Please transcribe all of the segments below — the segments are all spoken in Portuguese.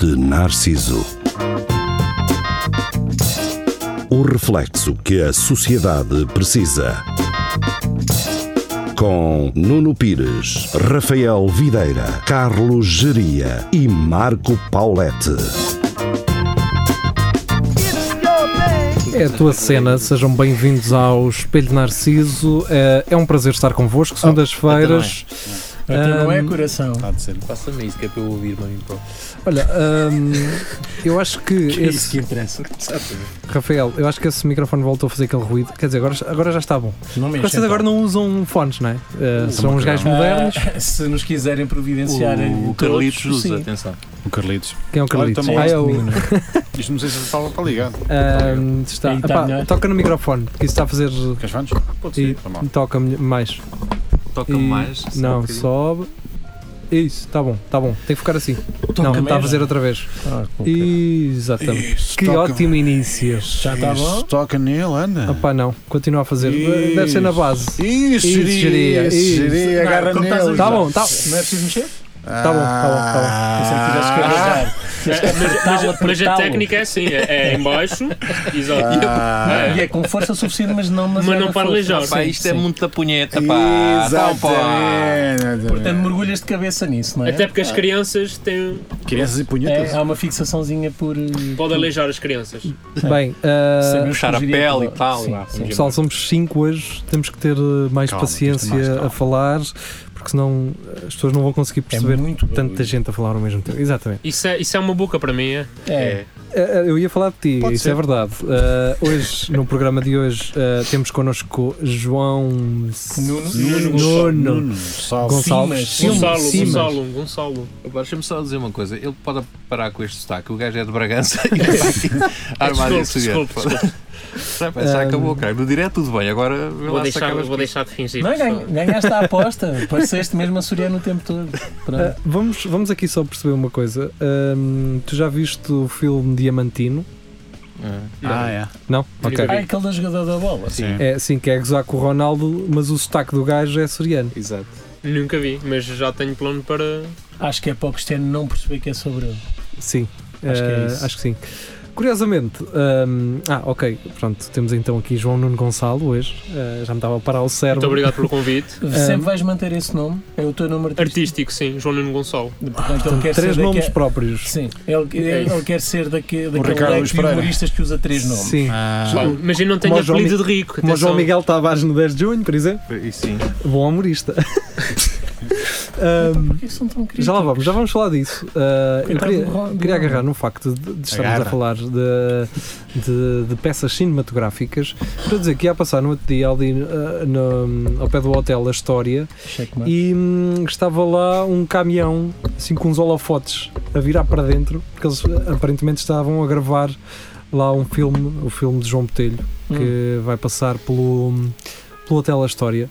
de Narciso. O reflexo que a sociedade precisa. Com Nuno Pires, Rafael Videira, Carlos Geria e Marco Paulette. É a tua cena, sejam bem-vindos ao Espelho Narciso. É- É um prazer estar Ah, convosco, segundas-feiras. Então não é Ahm, coração. Há de ser. Faça-me isso, que é para eu ouvir para mim próprio. Olha, hum, eu acho que, Que é isso esse. que interessa. Rafael, eu acho que esse microfone voltou a fazer aquele ruído. Quer dizer, agora, agora já está bom. Não mexe, Vocês agora então. não usam fones, não é? Eh, são uns gajos Ah, modernos. se nos quiserem providenciar. O, o todos, Carlitos usa, sim. atenção. O Carlitos. Quem é o Carlitos? também Ah, é este o- menino. Isto não sei se está, está ligado. Hum, está. Aí está Epá, melhor. toca no microfone, que isso está a fazer. Queres fãs? Pode E Está mal. toca mais. Toca E- mais. só um Não, bocadinho. sobe. Isso, tá bom, tá bom. Tem que ficar assim. não, está a mesmo. fazer outra vez. Ah, Exatamente. Que ótimo início. Já tá está bom? Toca nele, anda. Opá, não, continua a fazer. Isso. Deve ser na base. Isso, Isso, geria, geria. Isso, isso. geria, Não, agarra como estás a nele. Tá bom, tá Não é preciso mexer? Pensei tá bom, tá bom, tá bom. que tivesse que Ah, arranjar. Mas, mas a técnica é assim, é, é em baixo, exato. ah. E é com força suficiente, mas não Mas não para aleijar. Sim, Pá, isto é sim. muita punheta, pá. Tá um Não, pá. Exatamente. Portanto, É mergulhas de cabeça nisso, não é? Até porque as crianças têm. Crianças e punhetas. É, há uma fixaçãozinha por. Pode aleijar as crianças. Bem, ah, Puxar a pele e tal. Sim, Vá, sim. pessoal, somos 5 hoje. Temos que ter ah, mais Calma, paciência tens de mais calma. a falar, porque senão eh, as pessoas não vão conseguir É perceber. muito. Tanta gente a falar ao mesmo tempo, exatamente. Isso é, isso é uma boca para mim, é? É. Ah, ah, Eu ia falar de ti, Pode isso ser. é verdade. Ah, hoje, no programa de hoje, ah, temos connosco João Nuno. Nuno. Nuno. Salve. Gonçalves. Simas. Gonçalo, Simas. Gonçalo, Gonçalo. Agora, Deixa-me só dizer uma coisa. Ele pode parar com este sotaque. O gajo é de Bragança e está aqui armado em Desculpe, segredo. desculpe, desculpe. Já pá, já Um, acabou, cara. No direto tudo bem. Agora vê Vou lá se deixar, acabas vou com deixar de fingir. é Não, é pessoal. ganha- ganhaste a aposta. Pareceste mesmo açoriano o tempo todo. Ah, Pronto. vamos, vamos aqui só perceber uma coisa. Ahm, tu já viste o filme Diamantino? isto. É. Ah, é. Não? Ok. Ah, aquele da jogador da bola. Sim. É assim que é gozar com o Ronaldo, mas o sotaque do gajo é soriano. Exato. Nunca vi, mas já tenho plano para. Acho que é para o Cristiano não perceber que é sobre ele. Sim. Acho que é Ah, isso. acho que sim. Curiosamente, ahm, ah, ok, pronto, temos então aqui João Nuno Gonçalo hoje. Ah, já me estava a parar o Muito cérebro. obrigado pelo convite. Sempre vais manter esse nome, é o teu nome artístico. Artístico, sim, João Nuno Gonçalo. Portanto, ele quer Ah, Três ser nomes daque- próprios. Sim, ele, ele- É isso. ele quer ser daque, daquele Ricardo leque Luís de Pereira. humoristas que usa três nomes. Sim. Ah, Pá, Mas eu não tenho Como o João apelido de rico. Como o João atenção. Miguel Tavares no 10 de junho, por exemplo. E sim. Bom humorista. Ahm, Então, Porquê são tão críticos? um, Já lá vamos, já vamos falar disso. Uh, eu Coitado queria, do Ron- do queria Ron. agarrar no facto de, de estarmos Agarra. a falar de, de- de peças cinematográficas para dizer que ia passar no outro dia ali uh, no- ao pé do hotel a história Checkmate. e hum, estava lá um caminhão assim com uns holofotes a virar para dentro porque eles uh, aparentemente estavam a gravar lá um filme, o filme de João Botelho Hum. que vai passar pelo, pelo Hotel Astoria.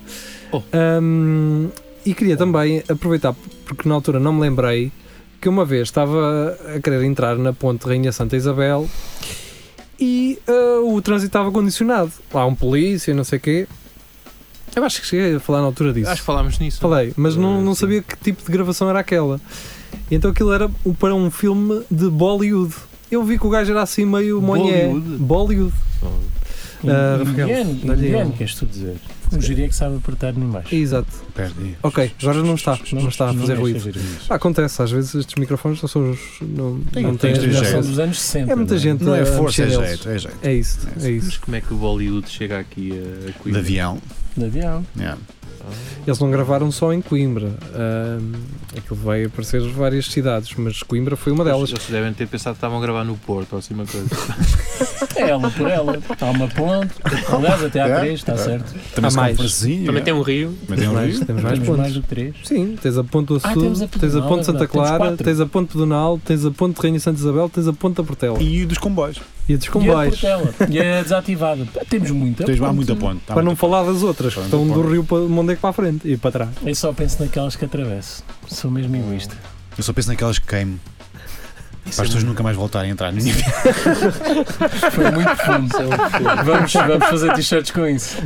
Oh. Hum, e queria também aproveitar, porque na altura não me lembrei, que uma vez estava a querer entrar na ponte Rainha Santa Isabel e ah, o trânsito estava condicionado. Lá um polícia, não sei o quê. Eu acho que cheguei a falar na altura disso. Acho que falámos nisso. Falei, mas não, Ah, não sim. sabia que tipo de gravação era aquela. E Então aquilo era o- para um filme de Bollywood. Eu vi que o gajo era assim meio monhé. Bollywood? Bollywood. Ah, Rafael, Indiano, dá-lhe indiano, um- queres tu dizer? Um geria que sabe apertar nem mais. Exato. Perdi. Ok, agora não está, não está a não fazer é ruído. fazer isso. Ah, acontece, às vezes estes microfones não são os. Não, Tem- um não têm tem as de Já são melhores- jeito. dos anos 60. É muita não gente Não é a força, é mexer neles. jeito. É jeito. É isso, é isso. Mas como é que o Bollywood chega aqui a De Coimbra? avião. é. De avião. Yeah. Eles não gravaram só em Coimbra. ahm, aquilo vai aparecer várias cidades, mas Coimbra foi uma delas. Eles devem ter pensado que estavam a gravar no Porto ou assim uma coisa. É ela por ela. Há uma ponte. Aliás, até há É? três, está É. certo. Também Há se mais. compra assim, Também yeah. tem um rio. Mas tem um Mais- rio. temos mais Temos mais pontos. um? do que três. Sim, tens a Ponte do Ah, Açude, temos a tens a Pedernal, Ponte é Santa verdade, temos Clara, quatro. tens a Ponte Pedonal, tens a Ponte Rainha Santa Isabel, tens a Ponte da Portela E dos comboios. e a dos E é Combais. portela. E é desativada. Temos muita. Tens lá ponte. muita ponte. tá Para não muita falar das outras, que Pronto, estão do ponto. Rio para Mondego para a frente e para trás. Eu só penso naquelas que atravesso. Sou mesmo egoísta. ponte. Eu só penso naquelas que queimo. é Para as pessoas nunca mais voltarem a entrar. Ninguém Foi muito profundo. Vamos, vamos fazer t-shirts com isso.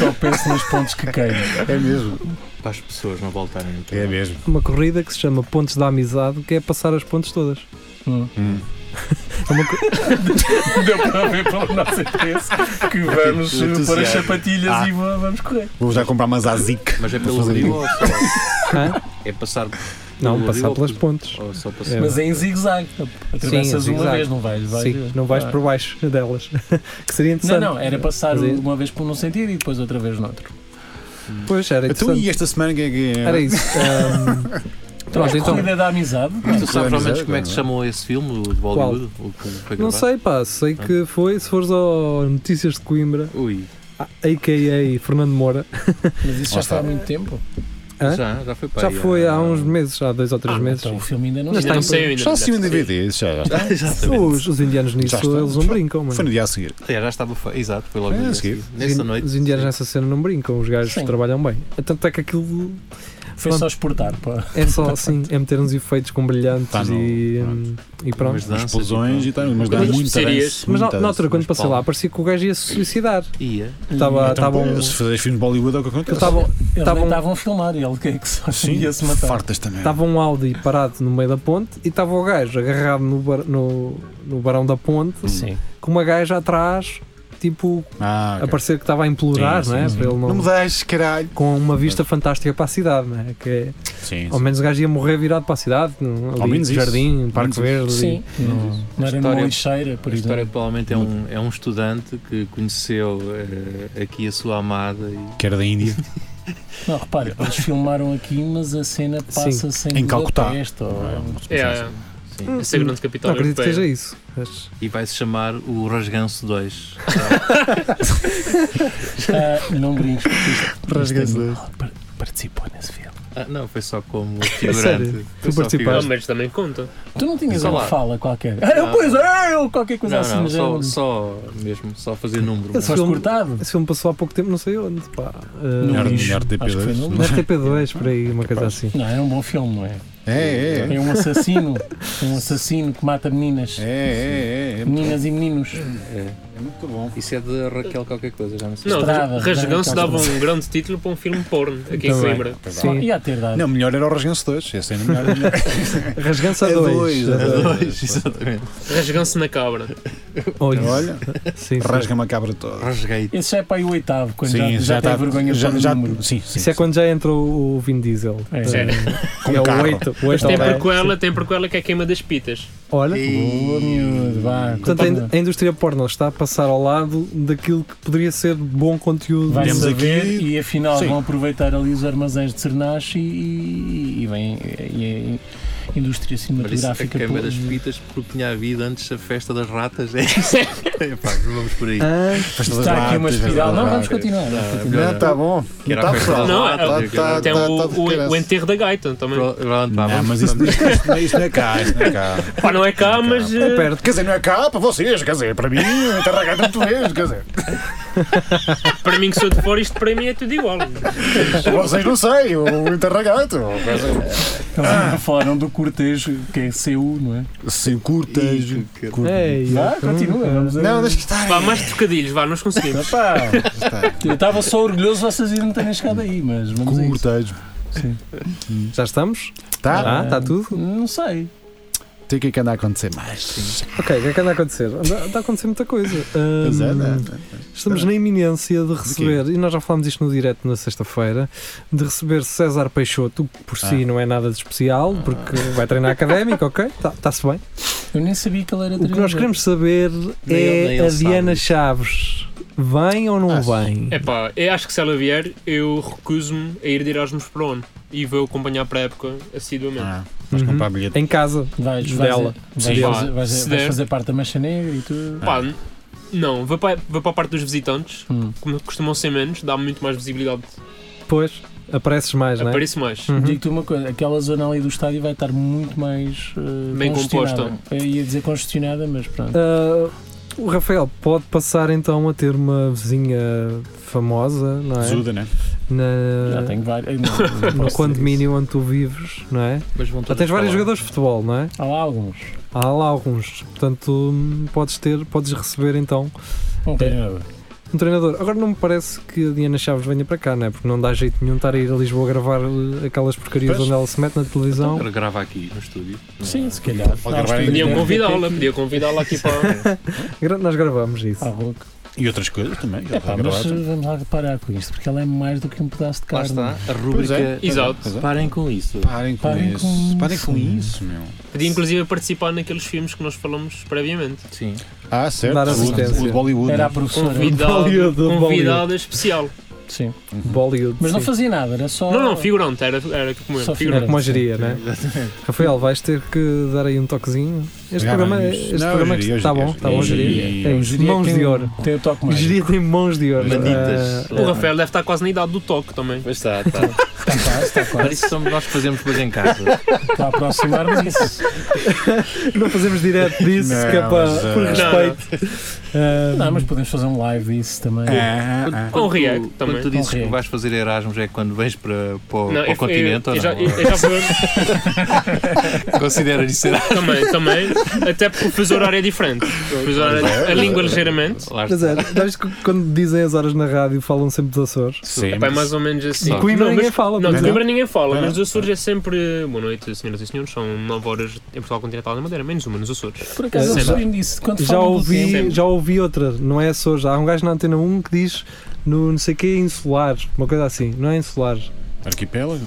Só penso nos pontos que queimam. É mesmo. Para as pessoas não voltarem. É mesmo. Uma corrida que se chama Pontes da Amizade, que é passar as pontes todas. Hum. Deu para ver pelo nosso interesse que vamos eh, pôr as Entusiasmo. sapatilhas Ah. e va- vamos correr. Vou já comprar umas Azik. Mas é para pelo fazer rio aqui. ou só? Hã? É passar. pelo Não, rio passar ou- pelas pontes. Ou só É. passar. Mas é em zigue-zague. Atravessas uma zigue-zague. vez, não vais? vais Ah. Sim, não vais por é baixo delas. que seria Não, interessante. não, era passar Fazer. uma vez por um sentido e depois outra vez noutro. Pois, era Então, interessante. e esta semana que é que é? Era isso. Ahm, Então, pronto, a então. corrida da amizade. Mas tu sabes ao menos Exato, como é que se não é? chamou esse filme, o de Bollywood? O que foi Não gravado? sei, pá, sei que foi. Se fores ao Notícias de Coimbra, Ui, a.k.a. Fernando Moura, Mas isso já Lá está há está. muito tempo. Hã? já, já foi para já aí, foi há uns meses, há dois ou três meses. Então o filme ainda não Mas Ainda está. não em- saiu ainda. Já um assistiu em não DVD, isso já, já está. Ah, Exatamente. Os, os indianos nisso, Já está. eles não brincam, mano. Foi no dia a seguir. É, já estava feito. Exato, foi logo É, no dia a seguir. seguinte. Os Nessa in- noite. Os indianos nessa cena não brincam, os gajos Sim. trabalham bem. Tanto é que aquilo Foi só exportar. Pá. é só assim, é meter uns efeitos com brilhantes Tá no- e, hum, e pronto. Umas danças, Explosões e tipo, tal, mas dá Mas muita serias- dança, Mas na, muita na altura, quando mas passei Paulo- lá, parecia que o gajo ia se suicidar. Ia. Estava Então, estava um- pô, Se fizeres filmes de Bollywood é o que acontece. Eles estavam- Eles Estavam- nem estavam a filmar e ele é que, que só Sim, ia um se matar. fartas também. Estava um Audi parado no meio da ponte e estava o gajo agarrado no, bar- no, no barão da ponte Hum. Sim. com uma gaja atrás, tipo, Ah, ok. a parecer que estava a implorar, Sim, não é? sim, Para ele Não um- não, me deixes, caralho. com uma vista fantástica para a cidade, não é? Que é- Sim, ao Oh, sim. menos o gajo ia morrer virado para a cidade, num- ali, Ao menos isso. jardim, parque menos verde. Sim. Não, não era numa História- lixeira, por A história exemplo. provavelmente é um, é um estudante que conheceu eh, aqui a sua amada e Que era da Índia. Não, repare, eles filmaram aqui, mas a cena passa-se em, Em Calcutá. Budapeste, ou- É, é, sim. Hum. essa grande capital Não Então, acredito que europeia. seja isso. Mas, E vai se chamar o Rasganço 2. Ah, não brinques, porque isto- Rasga-se isto é- dois. par- Participou nesse filme. Ah, não, foi só como É sério? figurante. Foi só Tu participaste? Não, figurante. mas também conta. Tu não tinhas Sei uma lá. fala qualquer. Ah, eu Não. pois, ah, eu qualquer coisa assim, Não, não, mas era só, um- só mesmo, só fazer número. Esse Foste filme- cortado. Esse filme passou há pouco tempo, não sei onde. Pá. No Melhor- Uh, lixo. melhor TP2. Acho que foi no na lixo. TP2, por aí, uma coisa assim. Não, era um bom filme, não é? É, é, é. É um assassino, um assassino que mata meninas, É, é, é. É muito, meninas e meninos. É. é muito bom. Isso é de Raquel qualquer coisa, já não sei. Não, Estrada, Rasgão-se não, dava então. um grande título para um filme porno aqui em Também. Coimbra. Sim. E a ter dado. Não, melhor era o Rasganço 2. Esse ainda melhor. Rasgança É 2. dois, é É dois, exatamente. Rasgão-se na cabra. Olha, Sim, sim. rasga-me a cabra toda. Rasguei. Esse já é para aí o oitavo, quando já, já, tem tá- vergonha já, para já, o número. Sim, sim. Isso é quando já entrou o Vin Diesel. Uh, É. É. Com é o carro. 8. O 8 Tem prequela, tem prequela que é a queima das pitas. Tá Olha. Boa, miúdo, vá. Portanto, a in- continua. a indústria porno está a passar ao lado daquilo que poderia ser bom conteúdo. Vai Temos saber aqui- e afinal Sim. vão aproveitar ali os armazéns de Cernache e, e, e vem e a indústria Parece a cinematográfica. queima pô- é das fitas propunha a vida antes da festa das ratas. É isso. Epá, vamos por aí. Ah, Festa das Está aqui uma ratas, festa espiral. das Não, vamos ratas. continuar. Não, vamos é continuar. Não, tá bom. Que era Tá a festa bom. das Não, ratas, tá, que tá, era- Tem um- tá, o, tá de o, o caras. enterro da gaita também. Pro- Pronto, vá, Não, vamos. Ah, mas isso isto- isto não é cá, isto não é cá. Pá, não é cá, mas. cá, eh, Quer dizer, não é cá para vocês, quer dizer, para mim, interrogado muito vezes, quer dizer, Para mim que sou de fora, isto para mim é tudo igual. para vocês não sei, o interrogado. quer dizer. Eles ainda falaram do cortejo que é seu, não é? Sem curtas. Ih, que- que- ei, Ah, então, continua. Vamos a- Não, deixa estar. Vá, mais trocadilhos, vá, nós conseguimos. Epá, estar. eu estava só orgulhoso de vocês ainda não terem chegado aí, mas vamos a isso. Curtas. Já estamos? Tá? Ah, está tudo? Não sei. Tem o que é que anda a acontecer mais. Ok, o que é que anda a acontecer? Anda- Está a acontecer muita coisa. Ahm, Pois é, né? Estamos na iminência de receber, e nós já falámos isto no direto na sexta-feira, de receber César Peixoto, que por Ah. si não é nada de especial, porque vai treinar académico, ok? Está-se bem. Eu nem sabia que ele era O que nós treinador. queremos saber Nem ele- nem é ele a sabe Diana disso. Chaves. Vem ou não Ah, vem? É pá, eu acho que se ela vier, eu recuso-me a ir de Erasmus para onde e vou acompanhar para a época assiduamente. Ah, Vais Uhum. comprar bilhete. Em casa. Vais, vais, Dela. vais, Sim. fazer, vais- Se vais der. fazer parte da Mancha Negra e tudo. Pá, n- não, vou para, vou para a parte dos visitantes, Hum. como costumam ser menos, dá-me muito mais visibilidade. Pois, apareces mais, não é? Apareço mais. Uhum. Digo-te uma coisa, aquela zona ali do estádio vai estar muito mais eh, Bem congestionada. composta. Eu ia dizer congestionada, mas pronto. Ah, o Rafael pode passar então a ter uma vizinha famosa, não é? Zuda, né? Já Na, tenho várias. Não, não posso no dizer condomínio onde tu vives, não é? Mas vão Já todos tens vários para lá. jogadores de futebol, não é? isso. Há lá alguns. Há lá alguns, portanto hum, podes ter, podes receber então Não tem nada. um treinador. Agora não me parece que a Diana Chaves venha para cá, não é? Porque não dá jeito nenhum estar a ir a Lisboa a gravar eh, aquelas porcarias Pois. onde ela se mete na televisão. Agora grava aqui no estúdio. Sim, se calhar. Pode gravar em- Podiam convidá-la, podia convidá-la aqui para. Gra- Nós gravamos isso. Ah, louco. E outras coisas também. já É pá, está mas gravado. vamos lá parar com isto, porque ela é mais do que um pedaço de Lá carne. está a Pois é. rubrica. Exato. Parem com isso. Parem com Parem isso. com Parem isso, com meu. isso, meu. Podia inclusive participar naqueles filmes que nós falamos previamente. Sim. Ah, certo. Dar o de- assistência. O de Bollywood. Era a né? professora. Convidado, Bollywood, Bollywood. convidada especial. Sim. Bollywood. Mas não sim. fazia nada, era só. Não, não, figurante, era, era como Só Era eu. Figurante. como a geria, é? né? Rafael, vais ter que dar aí um toquezinho. Este Já programa, é- vamos. este Não, programa eu está geria, bom, eu Tá, está bom, geria. geria. Eu É isso, diria mãos que de tem- um- ouro. Tem o toque O mais. geria tem mãos de ouro. Manitas. Ah, O Rafael deve estar quase na idade do toque também. Pois está, está. Está quase, está Mas quase. isso somos nós que fazemos depois em casa. Está tá, a aproximar disso. não fazemos direto disso, Não, que é mas, para, ah, por não, respeito. Ah, Não, mas podemos fazer um live disso também. É. Ah, ah, ah. Com react Quando também. tu dizes Com react. que vais fazer Erasmus é quando vens para, para, o- Não, para eu- o continente eu, ou eu já, não? eu já fui- Considera isso Erasmus. também, também. Até porque o fuso horário é diferente. O fuso horário é- a língua ligeiramente. Lá Mas está. é, sabes que quando dizem as horas na rádio falam sempre dos Açores? ah. Sim, É pá, é mas- mais ou menos assim. De Coimbra Não, mas- ninguém fala, Não, pois de Coimbra ninguém fala, Não. mas nos Açores é sempre. Boa noite, senhoras e senhores. São 9 horas em Portugal Continental da Madeira, menos uma nos Açores. Por acaso eu Sempre. soube disso. Quando já falam do ouvi, tempo- já ouvi outra, não é Açores. Há um gajo na antena 1 que diz no não sei que insular, uma coisa assim, não é insular. Arquipélago?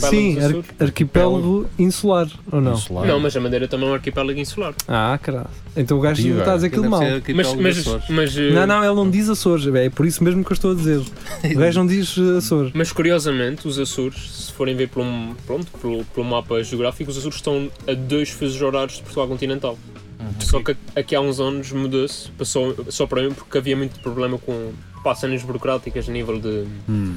Fala Sim, dos ar- Açores. arquipélago insular, ou não? Insular. Não, mas a Madeira também é um arquipélago insular. Ah, caralho. Então o gajo Diga. está a dizer aquilo mal. Mas, mas, mas, eh, Não, não, ele não diz Açores, é por isso mesmo que eu estou a dizer. O gajo não diz eh, Açores. mas curiosamente, os Açores, se forem ver por um, pronto, pelo, pelo mapa geográfico, os Açores estão a dois fusos horários de Portugal Continental. Só que aqui há uns anos mudou-se passou- só para mim porque havia muito problema com pá, cenas burocráticas a nível de, Hum.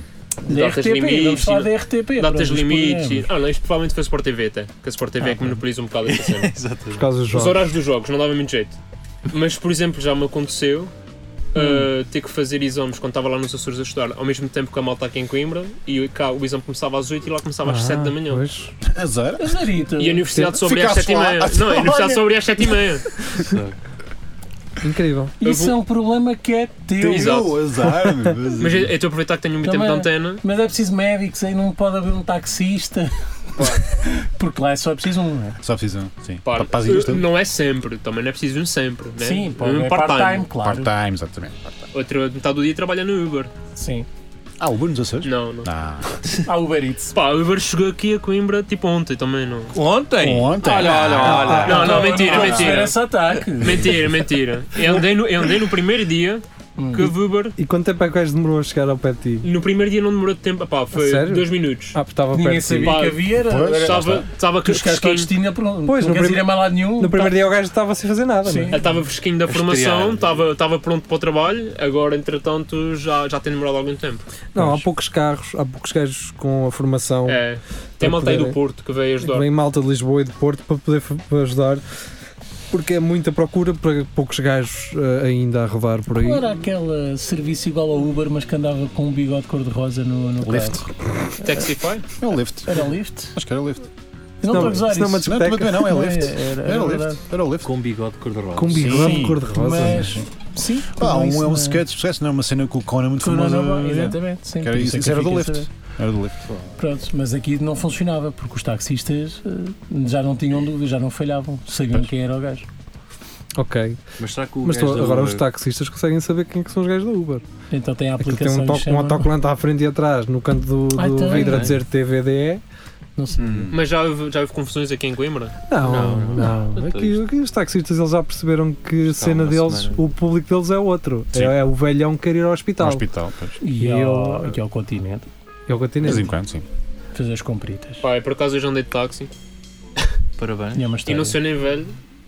de Da datas RTP, vamos limites. falar e- da RTP. Datas pronto, limites. podemos. e- Ah, não, isto provavelmente foi a Sport TV até, que a Sport TV é que monopoliza um bocado esta cena. Por causa dos Os jogos. horários dos jogos não dava muito jeito. Mas, por exemplo, já me aconteceu Hum. uh, ter que fazer exames quando estava lá nos Açores a estudar, ao mesmo tempo que a malta aqui em Coimbra, e cá o exame começava às 8 e lá começava Ah, às 7 da manhã. Ah, Pois. Azar? Mas Arito, E a universidade sobre às Ficaste 7 e meia. lá. Não, a universidade Olha. sobre às 7 e meia. Incrível. isso é um problema que é teu. Exato. Não, azar, meu, azar. Mas é- eu eu estou a aproveitar que tenho muito tempo de Também. antena. Mas é preciso médicos, aí não pode haver um taxista. Porque lá é só preciso um, não é? Só precisam, sim. Pá, Pa- pazinhos, eu- tudo. não é sempre, também não é preciso um sempre. Né? Sim, pode um é part-time. part-time, claro. Part-time, exatamente. Outra metade do dia trabalha no Uber. Sim. Ah, Uber nos Açores? Não, não. Ah, Há Uber Eats. Pá, o Uber chegou aqui a Coimbra tipo ontem também, não. Ontem? Ontem. Ah, Olha, olha, olha. Não, não, mentira, Não, mentira. era esse ataque. Mentira, mentira. Eu andei no, eu andei no primeiro dia Hum. que o Uber. E quanto tempo é que o gajo demorou a chegar ao pé de ti? No primeiro dia não demorou tempo. Pá, foi Sério? dois minutos. Ah, porque estava perto Ninguém de ti. sabia que havia. Era, Pois. era, Estava, estava tu chegaste ao fresquinho. destino, pronto. Pois, Pois, não no queres ir primeiro- a mais lado nenhum. No primeiro dia o gajo estava sem fazer nada, Sim. né? Eu Estava fresquinho da formação, Estreado. estava, estava pronto para o trabalho, agora entretanto já, já tem demorado algum tempo. Não, há poucos carros, há poucos gajos com a formação É, tem malta aí do poderem- Porto que veio que ajudar. vem malta de Lisboa e de Porto para poder f- para ajudar. Porque é muita procura para poucos gajos eh, ainda a rodar por aí. Qual Tá. era aquele serviço igual ao Uber, mas que andava com um bigode cor-de-rosa no, no Lift. carro? Taxify? É o Lift. Era Lyft? Acho que era o Lift. Eu não Não, estou a gozar isso não é uma isso. Não, também não, é o Lift. Era, era, Era o verdade. Lift. Era o Lift. Com um bigode cor-de-rosa. Com um bigode Sim, cor-de-rosa. Mas, né? sim. Pá, tudo né? um, isso é um não sketch, sketch, não é uma cena com o Conan muito Tudo famosa. não- é? Exatamente, sim. Que era Por isso, é isso era eu do fiquei a Lyft. saber. Era do Lift. Pronto, mas aqui não funcionava, porque os taxistas eh, já não tinham dúvida, já não falhavam, sabiam quem era o gajo. Ok. Mas será que o Mas gajo tu- da agora Uber- os taxistas conseguem saber quem é que são os gajos da Uber. Então tem a Aquilo tem um, aplicação. que toque, um chama- autocolante à frente e atrás, no canto do, Ah, do tem, vidro a é? dizer TVDE. Não sei. Hum, Mas já houve, já houve confusões aqui em Coimbra? Não, não. Não, não. Aqui, aqui os taxistas eles já perceberam que a Está cena uma deles, semana. o público deles é outro. É, Sim. é o velhão que quer ir ao hospital. No hospital, pois. E Eu- ao, e ao continente, É o De vez continente. em quando, sim. fazer as compritas. Pá, eu por acaso eu já andei de táxi Tá Parabéns. E é uma e história. não sou nem velho,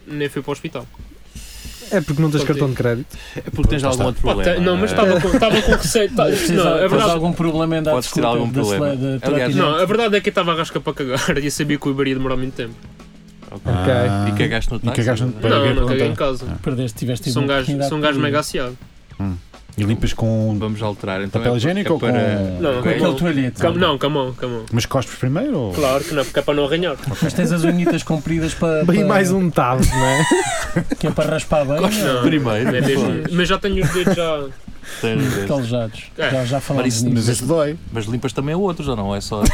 nem fui para o hospital. É porque não tens Pode cartão de crédito. É porque tens algum outro Pá, problema. tá- não, mas é? estava com, estava com receio. tá- Ah, Tens- não, a tens verdade, algum problema em dar Podes ter desculpa algum da problema. sele- da Aliás, trotinete? não, a verdade é que eu estava a rasca para cagar e eu sabia que o Uber ia demorar muito tempo. Ok. Ah. E é cagaste no E táxi? cagaste no- Não, é? Para não, alguém não caguei perguntar. em casa. um Perdeste, tiveste São uma gajos, oportunidade são gajos de- mega assiado. E limpas com Vamos alterar. Então papel é- higiênico é Tá ou com. para- Não, Com Ok. aquele toalhete. Cam- Não, camão, camão. Mas cospes primeiro? Ou... Claro que não, porque é para não arranhar. Mas tens as unhitas compridas para. Bem para- mais um tavo, não é? Que é para raspar bem. Cospe Não, primeiro. não é mesmo. Mas já tenho os dedos já. Tens de Então- ver. Calejados. É. Já, já Mas falámos isso- Mas nisso. isso dói. Mas limpas também o outro, já não é só. Não,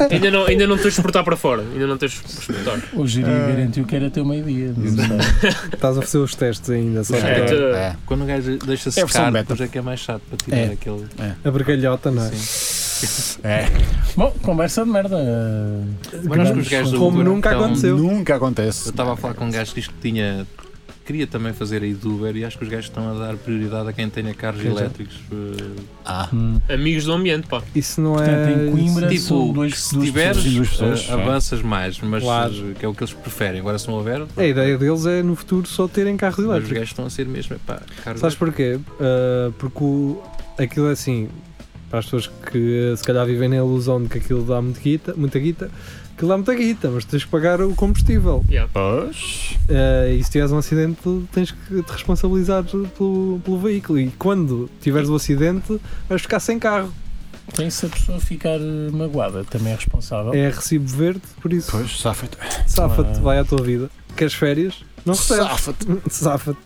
não. Ainda não, ainda não tens de exportar para fora. Ainda não tens de exportar. O Giri É. garantiu que era até o meio-dia. não sei. Estás a fazer os testes ainda, só É. para É. É. Quando o gajo deixa É a versão secar, beta. depois é que é mais chato para tirar É. aquele. a bergalhota, não é? Sim. É. Bom, conversa de merda. Mas acho que os gajos do Como Uber nunca estão- aconteceu. Nunca Eu acontece. estava a falar com um gajo que diz que tinha. Queria também fazer aí do Uber e acho que os gajos estão a dar prioridade a quem tenha carros Sim, sim. elétricos. eh, Ah, Hum. Amigos do ambiente, pá. Isso não Portanto, é. em Coimbra Tipo, são dois, que se duas tiveres, pessoas. duas pessoas, eh, é. avanças mais, mas Claro. eh, que é o que eles preferem. Agora, se não houver, A ideia deles é no futuro só terem carros os elétricos. gajos estão a ser mesmo. Epá, Uhum. carros Sabes porquê? Ah, porque o- aquilo é assim, para as pessoas que se calhar vivem na ilusão de que aquilo dá muito guita, muita guita, aquilo dá muita guita, mas tens que pagar o combustível. Yeah. Ah, e se tiveres um acidente, tens que te responsabilizar pelo, pelo veículo. E quando tiveres o acidente, vais ficar sem carro. Tem se a pessoa ficar eh, magoada, também é responsável. É recibo verde, por isso, pois, safa-te. safa-te, Ah. vai à tua vida. Queres férias? Não recebes. Safa-te. Safa-te.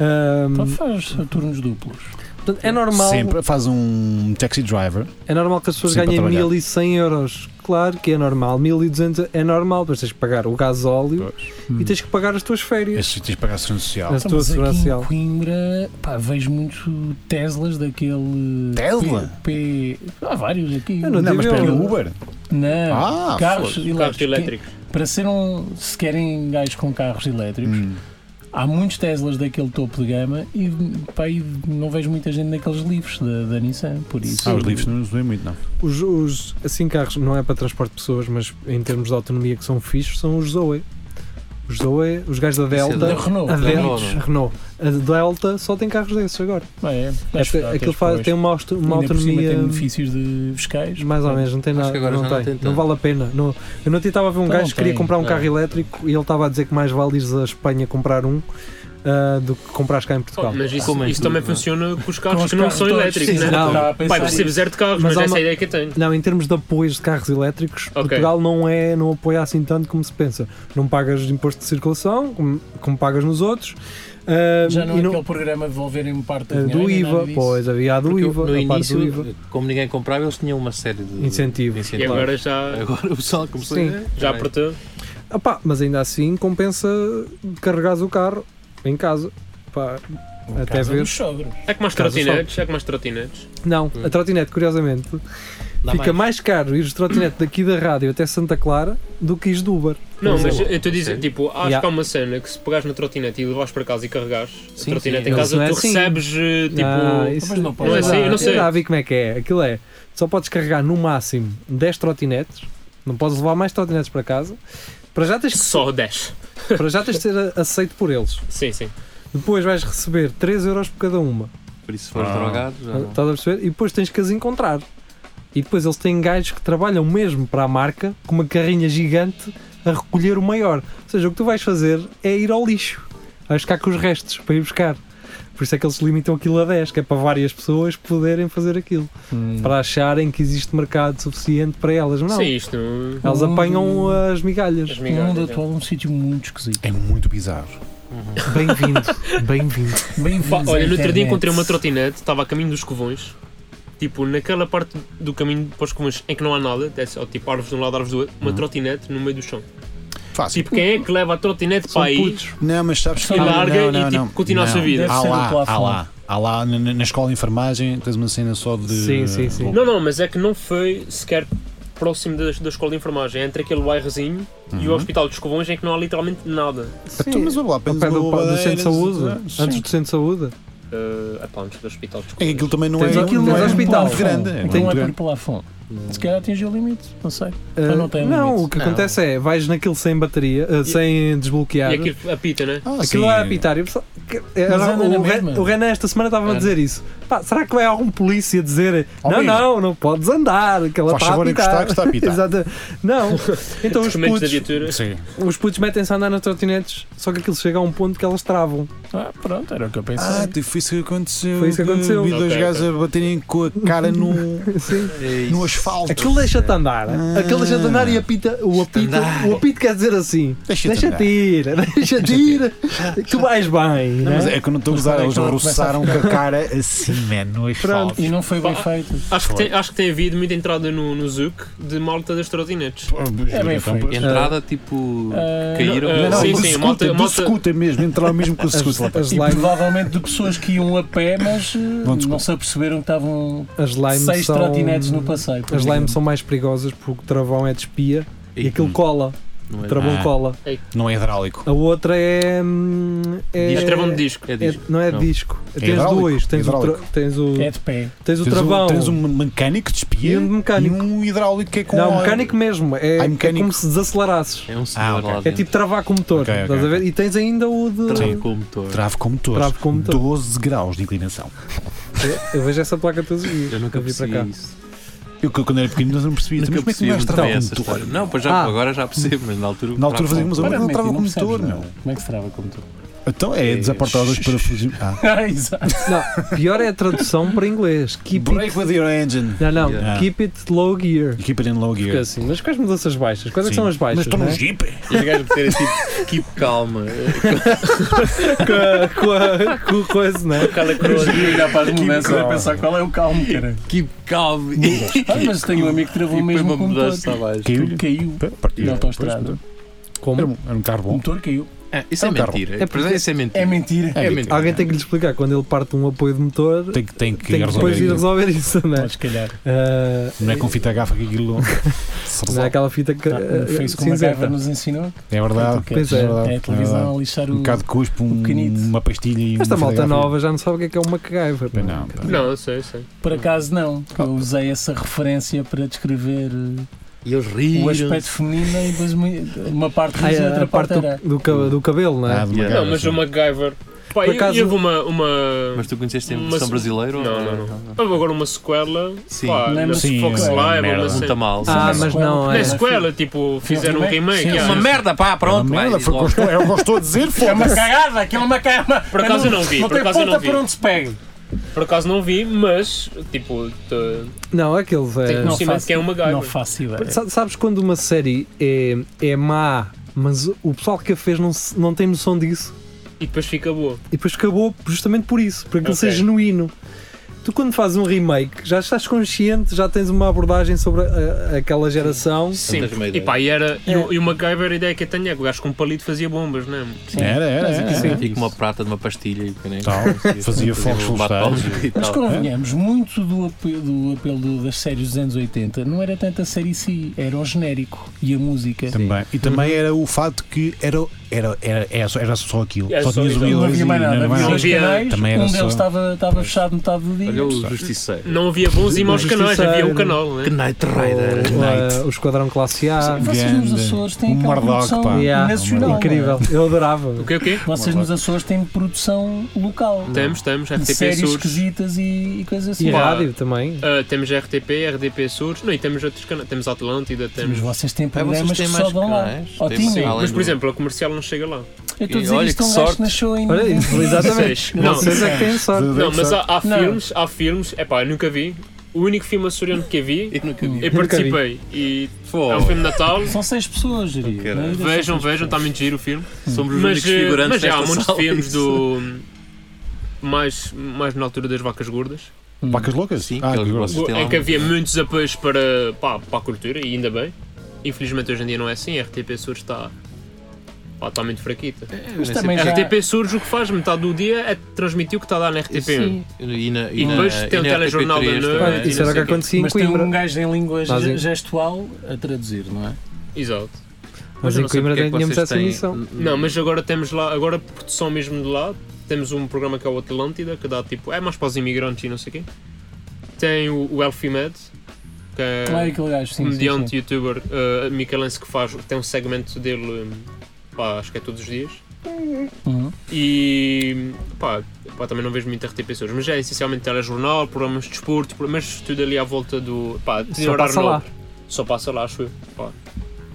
Ah, Então faz turnos duplos. portanto, é normal Sempre faz um taxi driver. É normal que as pessoas Sempre a ganhem trabalhar. 1100 euros. Claro que é normal. 1200 é normal, mas tens que pagar o gasóleo e tens que pagar as tuas férias. Esses sítios pagar a segurança social. Mas- Então, tua mas aqui segurança social. em Coimbra, pá, vejo muito Teslas daquele. eh, Tesla? P, P- há vários aqui. Eu não Não, tive mas eu- espera, aí, o Uber? Não, Ah, carros foda-se. elétricos. Carros Que- elétricos. Para ser um. Se querem gajos com carros elétricos, Hum. há muitos Teslas daquele topo de gama e, pá, e não vejo muita gente naqueles livros da, da Nissan. Por isso. Ah, os livros não nos doem muito, não. Os, os assim carros não é para transporte de pessoas, mas em termos de autonomia que são fixos, são os Zoe. Os Zoe, os gajos da é Delta. Da da- Renault. a da Delta, Renault, não a Renault. A Delta só tem carros desses agora. Ah, é, acho que Aquilo- há, Aquilo tens faz, por tem uma, auto- uma Ainda por cima autonomia. tem benefícios de fiscais. Mais ou menos, não tem Acho nada. que agora não, já não tem. tem não tanto. vale a pena. Não, eu não estava a ver um Então gajo não que queria tem, comprar um é. carro elétrico e ele estava a dizer que mais vale ires a Espanha comprar um ah, do que comprares cá em Portugal. Mas isso, Como é isso tudo, também não é? funciona com os Com carros os que não carros são todos, elétricos, sim, né? sim. Não, Estava a pensar Pai, percebo nisso. zero de carros, Mas mas, há essa é uma- a ideia que eu tenho. Não, em termos de apoios de carros elétricos, Ok. Portugal não, é, não apoia assim tanto como se pensa. Não pagas imposto de circulação, como, como pagas nos outros. ah, Já não é e aquele programa de devolverem parte ah, do, do IVA, pois havia a do Porque eu, no IVA, a parte do início, IVA. como ninguém comprava, eles tinham uma série de Incentivos. E incentivos. agora já, Agora É o pessoal começou Sim. a. é? já Espera aí. apertou. Ah pá, mas ainda assim compensa carregares o carro em casa. Pá, Um até ver. É que mais Caso trotinetes, é que mais trotinetes. Não, a trotinete, curiosamente, Dá fica mais caro ir de trotinete daqui da rádio até Santa Clara do que ir do Uber. Não, Mas mas é- eu estou a dizer, Sim. tipo, acho Yeah. que há uma cena que se pegares na trotinete e levares para casa e carregares a Sim, trotinete sim. em Mas casa, não é tu assim. recebes, eh, tipo, não, Ah, isso mas não pode Não é já- assim, eu não eu sei. já vi como é que é. Aquilo é, só podes carregar no máximo 10 trotinetes, não podes levar mais trotinetes para casa. Para já tens que, só 10. para já tens de ser a- aceito por eles. Sim, sim. Depois vais receber 3 euros por cada uma. Por isso, se fores Ah. drogado, já não. Estás a perceber? E depois tens que as encontrar. E depois eles têm gajos que trabalham mesmo para a marca com uma carrinha gigante a recolher o maior. Ou seja, o que tu vais fazer é ir ao lixo, vais ficar com os restos para ir buscar. Por isso é que eles limitam aquilo a 10, que é para várias pessoas poderem fazer aquilo. Uhum. Para acharem que existe mercado suficiente para elas. Mas não, É Sim, isto não... elas apanham as migalhas. As O mundo migalhas, é. atual é um sítio muito esquisito. É muito bizarro. Bem-vindo, bem-vindo. Pá, Bem-vindos Olha, à no outro dia internet. encontrei uma trotinete, estava a caminho dos covões, tipo naquela parte do caminho para os covões em que não há nada, é só, tipo árvores de um lado, árvores do outro, uma trotinete no meio do chão. Fácil. Tipo, quem é que leva a trotinete para aí Não, mas sabes que. E larga não, e, não, tipo, não. continua a Não. sua vida. Deve Há ser lá, do plafon. há lá. Há lá na, na- na escola de enfermagem tens uma cena só de. Sim, sim, sim. Não, não, mas é que não foi sequer próximo da, da escola de enfermagem, é entre aquele bairrozinho e o hospital dos covões em que não há literalmente nada. Então, mas vou lá, Ao apenas pé do, uma do centro de bandeira, saúde, sim. antes do centro de saúde. Uh, epá, antes do hospital dos É que covões. aquilo também não Tens é. aquilo, não tens um é hospital. muito grande. É Então muito não é grande. por plafon. Se calhar atingiu o limite, não sei. Ah, Ou não tem limite? o que acontece é, vais naquilo sem bateria, ah, sem desbloquear. é E aquilo aquilo apita, né? Ah, sim. lá a pitar. E o pessoal- que- era- anda na o, Ren- mesma. o Renan esta semana estava a Anda. dizer isso. Pá, será que vai algum polícia dizer Ao não, mesmo. não, não podes andar, que ela Faz está a favor, encostar pitar. que está a pitar. Exato. Não, então os Documentos da putos, viatura. Sim. os putos metem-se a andar nas trotinetes, só que aquilo chega a um ponto que elas travam. Ah, pronto, era o que eu pensei. Ah, tipo, foi isso que aconteceu. Foi isso que aconteceu. Vi dois Ok, gajos a baterem com a cara no, É Sim. no asfalto. Aquilo deixa-te andar, Ah. aquilo deixa-te andar e apita, o apito, andar. o apito quer dizer assim: Deixa-te deixa-te ir, deixa-te ir, que tu vais bem. aí, Não, né? mas é que eu não estou a Mas usar, quando é eles que ela começa a roçaram com a cara assim, mano, no asfalto. E não foi bem Pá, feito. Acho que, Foi. tem, acho que tem havido muita entrada no, no Zuc de malta das trotinetes. É bem Então, feito. pois. Entrada tipo. É Ah, Caíram. não, Não, não, sim, do sim, scooter, malta- do malta- scooter mesmo, entraram mesmo com o scooter lá para As E limes, provavelmente de pessoas que iam a pé, mas eh, desculpa. não se aperceberam que estavam as limes seis são. trotinetes no passeio. por As exemplo. limes são mais perigosas porque o travão é de espia e, Ei, aquilo cola. não é- Travão Ah. cola. Não é hidráulico. A outra é. hum, É, É travão de disco. É é- disco. não é Não. disco. tens hidráulico, dois. Tens o, tra- hidráulico. tens o, É de pé. tens o Tens travão. Um, tens um mecânico de espia E um mecânico. e um hidráulico que é com não, óleo. mecânico mesmo. É, Ah, é mecânico. como se desacelerasses. É um Ah, senhor ok. lá É É dentro. tipo um travar com motor. Ok, ok, estás a ver? E tens ainda o de. Trava com o motor. Trave com motor. Trave com motor. 12 graus de inclinação. Eu, eu vejo essa placa todos os dias. Eu nunca eu vi para percebi cá. isso. Eu que- quando era pequenino não percebi. Mas Nunca como é que um percebi não vais muito travar bem com essa motor? história. Não, pois já, tá Ah. agora já percebo, mas na altura. Na altura fazia umas trava com não Claramente, trava e com percebes motor, nada. meu. Como é que se trava com o motor? Então é desaportar os parafusos. Ah. Ah, exato. Não, pior é a tradução para inglês. Keep it. Break with your engine. Não, não. Yeah. Keep it low gear. Keep it in low Porque gear. assim, mas quais mudanças baixas? Quais é que Sim. são as baixas? Mas estou não num é? jeep. E o gajo meter tipo, keep calma. com, a, com, a, com o coisa, não é? Cada coroa de olhar para as mudanças a pensar qual é o calmo, cara. Keep calm. E Ah, mas tenho um amigo que travou depois mesmo uma com o mudança motor. abaixo. Caiu-lhe. Tudo caiu. Partiu. Na autoestrada. Era Como? um, era um carro O bom. motor caiu. Ah, Isso é É um carro. mentira. É É porque- Isso é mentira. É mentira. É mentira. Alguém tem que lhe explicar quando ele parte um apoio de motor, tem Tem que, tem que que resolver. depois ir aquilo. resolver isso, não é? Podes calhar. Ah, Não é com fita gafa que aquilo. se não é resolve. aquela fita Tá, que. ah, Tá, Fez como a Gaiva cinzenta. nos ensinou. É verdade. Tanto que Pois é. verdade, É a televisão verdade. a lixar o. Um bocado de cuspo, um- pequenito. uma pastilha e Esta uma malta fita gafa. nova é? já não sabe o que é que é uma MacGyver. Bem, pá. Não, tá. pá. Não, eu sei, eu sei. Por acaso não. Eu usei essa referência para descrever eh, E eles o riram. aspecto feminino e depois mui- uma parte Ah, rija é, e outra a parte parte era. do, do, ca- do cabelo, não é? Ah, de uma Yeah. gafa, Não, mas sim. o MacGyver. Pá, Por e- acaso- e houve uma. uma... Mas tu conheceste a Mas- versão brasileira? ou- Não, não, houve agora uma sequela. Sim. Pá, Não é na sim, Fox é uma Live, merda. uma Não cena. está mal. Ah, Sim, mas sim. não, Não é. é sequela, tipo, fizeram um remake. remake. Sim, É ah. uma merda, pá, Uma pronto. vai, merda, foi o que eu logo. estou- é o que eu estou a dizer, É uma foda-se. cagada, aquilo é uma cagada. Por acaso eu não vi, Não por tem acaso eu ponta não vi. por um- onde se pega. Por acaso não vi, mas, tipo, te- Não, aqueles. Tem É, Não conhecimento faço- que é uma gaiva. Não faço ideia. Sa- Sabes quando uma série é, é má, mas o pessoal que a fez não, se- não tem noção disso? e depois fica boa. E depois acabou justamente por isso, para que ele Ok. seja genuíno. Tu quando fazes um remake, já estás consciente, já tens uma abordagem sobre a- a- aquela geração. Sim, tens uma e ideia. pá, e, era, e, É. o, e o MacGyver, a ideia que eu tenho é que o gajo com um palito fazia bombas, não é? Era, era, era. Sim, era. Fica uma prata de uma pastilha e o caneco. Tal. Fazia fogos um florestais. bate-bolas e Mas tal. convenhamos, muito do apelo, do apelo do- das séries dos anos 80 não era tanto a série em si, era o genérico e a música. Também. E também era o fato que era, era, era, era, só, era só aquilo. Era só só tinhas o é aquilo. Não Willis havia e mais nada, era havia Não dois havia- canais, Também era um deles só- estava, estava fechado metade do dia. Olha o justiceiro. Não havia bons e maus Mas canais, havia um justiceiro. canal, não é? Night O, o, Night. uh, o Esquadrão Classe A. Sim. Vocês nos Ganda. Açores têm Um aquela Murdoch, produção pá. Yeah. nacional. Incrível, não eu adorava. O quê, o quê? é? Vocês nos Açores têm produção local. Temos, temos, De RTP séries Sures. esquisitas e, e coisas assim. E Pá. rádio também. Ah, temos RTP, RDP Sures. Não, e temos outros canais. Temos Atlântida, Mas temos. vocês têm Ah, programas vocês têm que mais só vão lá. canais? Ou Tem- tinham. sim, além Mas, do- por exemplo, a comercial não chega lá. Eu estou a dizer Olha isto que a um gajo sorte. que nasceu em... Olha, exatamente. Vocês- não, Vocês é que têm sorte. Não, mas há, há Não. filmes, há filmes. É pá, eu nunca vi. O único filme açoriano que eu vi, Eu nunca vi. Oh. eu Nunca vi. participei. E é um Fogo. filme de Natal. São seis pessoas, diria. Caralho. Não é? Vejam, Seis vejam, está muito giro o filme. Somos os Mas, únicos eh, figurantes mas já há desta muitos sala. é filmes do. Mais, mais na altura das vacas gordas, Vacas loucas? Sim, ah, aqueles que grossos. grosso. Tem lá em que um- havia muitos apoios para, pá, para a cultura, e ainda bem. Infelizmente hoje em dia não é assim, a RTP Sures está. pá, está muito fraquita. Mas também A já... é RTP Sures o que faz metade do dia é transmitir o que está a dar na RTP1. Sim. E, na, E na- depois e tem o na telejornal da RTP3 noite. também. Olha, Isso é era o que não sei quê. acontecia em Mas tem um Coimbra. gajo em língua Mas em- ge- gestual a traduzir, não é? Exato. Mas eu em não sei Coimbra porque é também que tínhamos vocês essa têm- missão. Não, mas agora temos lá, agora a produção mesmo de lá, temos um programa que é o Atlântida, que dá tipo, é mais para os imigrantes e não sei o quê. Tem o, o Elfimed, que é um Não é aquele gajo, sim. sim, comediante sim. youtuber uh, micaelense que faz, tem um segmento dele, hum, pá, acho que é todos os dias. Uhum. E pá, pá, também não vejo muito RTP Sores, mas é essencialmente telejornal, programas de desporto, pro- mas tudo ali à volta do. pá, um tem Só horário passa lá. nobre. Só passa lá, acho eu. Pá.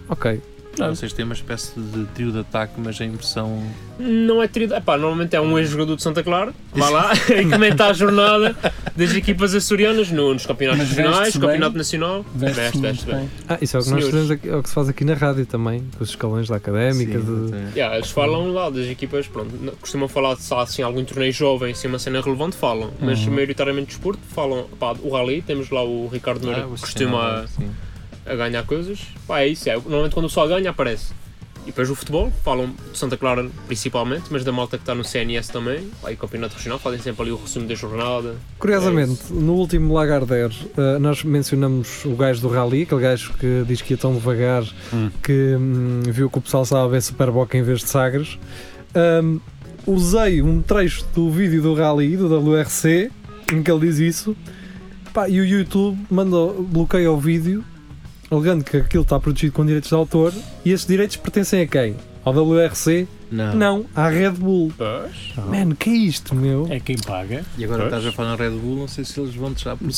Ok. Claro. Vocês têm uma espécie de trio de ataque, mas em versão. Não é trilha. Epá, normalmente é um ex-jogador de Santa Clara, vai lá e comenta a jornada das equipas açorianas no- nos campeonatos Mas regionais, veste-se campeonato bem. nacional. Veste-se Veste, muito veste, bem. bem. Ah, isso é o que nós Senhores. fazemos aqui, é o que se faz aqui na rádio também, com os escalões da académica. Sim, de... até- Yeah, eles falam lá das equipas, pronto, não- costumam falar se há assim, algum torneio jovem, se é uma cena relevante, falam, mas Uhum. maioritariamente de desporto, falam, pá, o Rally, temos lá o Ricardo Moura Ah, que vocês costuma têm lá, sim. a ganhar coisas, pá, é isso, é, normalmente quando o pessoal ganha aparece. E depois o futebol, falam de Santa Clara principalmente, mas da malta que está no CNS também, lá e campeonato regional, fazem sempre ali o resumo da jornada. Curiosamente, no último Lagardère, eh, nós mencionamos o gajo do Rally, aquele gajo que diz que ia tão devagar Hum. que hum, viu que o pessoal estava a ver Superboc em vez de Sagres. Hum, usei um trecho do vídeo do Rally, do WRC, em que ele diz isso, Pá, e o YouTube mandou, bloqueia o vídeo, alegando que aquilo está protegido com direitos de autor, e esses direitos pertencem a quem? Ao WRC? Não. Não, à Red Bull. Ah, Mano, que é isto, meu? É quem paga. E agora Pois. estás a falar na Red Bull, não sei se eles vão deixar por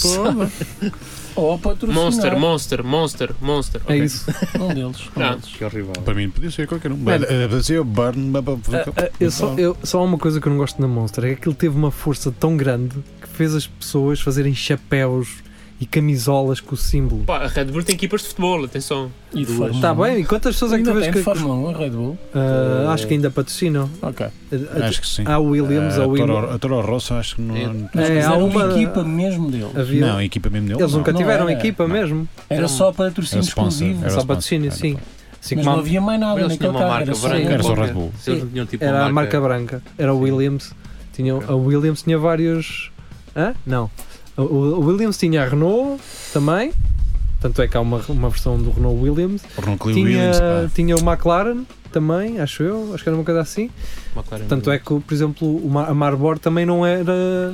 Ou patrocinar. Monster, Monster, Monster, Monster. É ok. isso. Um deles. Um Ah. deles. Que é horrível. Para mim podia ser qualquer um. Mano. eh, Eh, Podia ser o Burn. mas- Ah, Eu só, eu, só há uma coisa que eu não gosto na Monster é que aquilo teve uma força tão grande que fez as pessoas fazerem chapéus e camisolas com o símbolo. Pá, a Red Bull tem equipas de futebol, atenção. E de Fórmula Está 1. Tá bem? E quantas pessoas é que tu Ainda vês tem que. de Fórmula 1 a Red Bull. Ah, acho que ainda patrocinam. Ok. Ah, Acho que sim. Há o Williams, Ah, há o Williams. Toro- a Toro Rosso acho que não. É. não- Mas É, há fizeram uma- uma equipa mesmo deles. Havia- Não, a equipa mesmo dele. Eles não. nunca Não tiveram era. equipa mesmo. Era só patrocínio Era sponsor. exclusivo. Era Só sponsor, patrocínio, era sim. Assim Mas como não a- havia mais nada Eles tinham naquele uma carro. marca Era só branca. Era só qualquer. Red Bull. Se eles não tinham tipo era uma a marca branca. Era o Sim. Williams. Tinha, Ok. A Williams tinha vários. Hã? Não. O, o Williams tinha a Renault também. Tanto é que há uma, uma versão do Renault Williams. O Ronco Lee Williams. tinha, pá. tinha o McLaren também, acho eu, acho que era uma coisa assim. McLaren Tanto é que, por exemplo, o Ma- a Marbor também não era,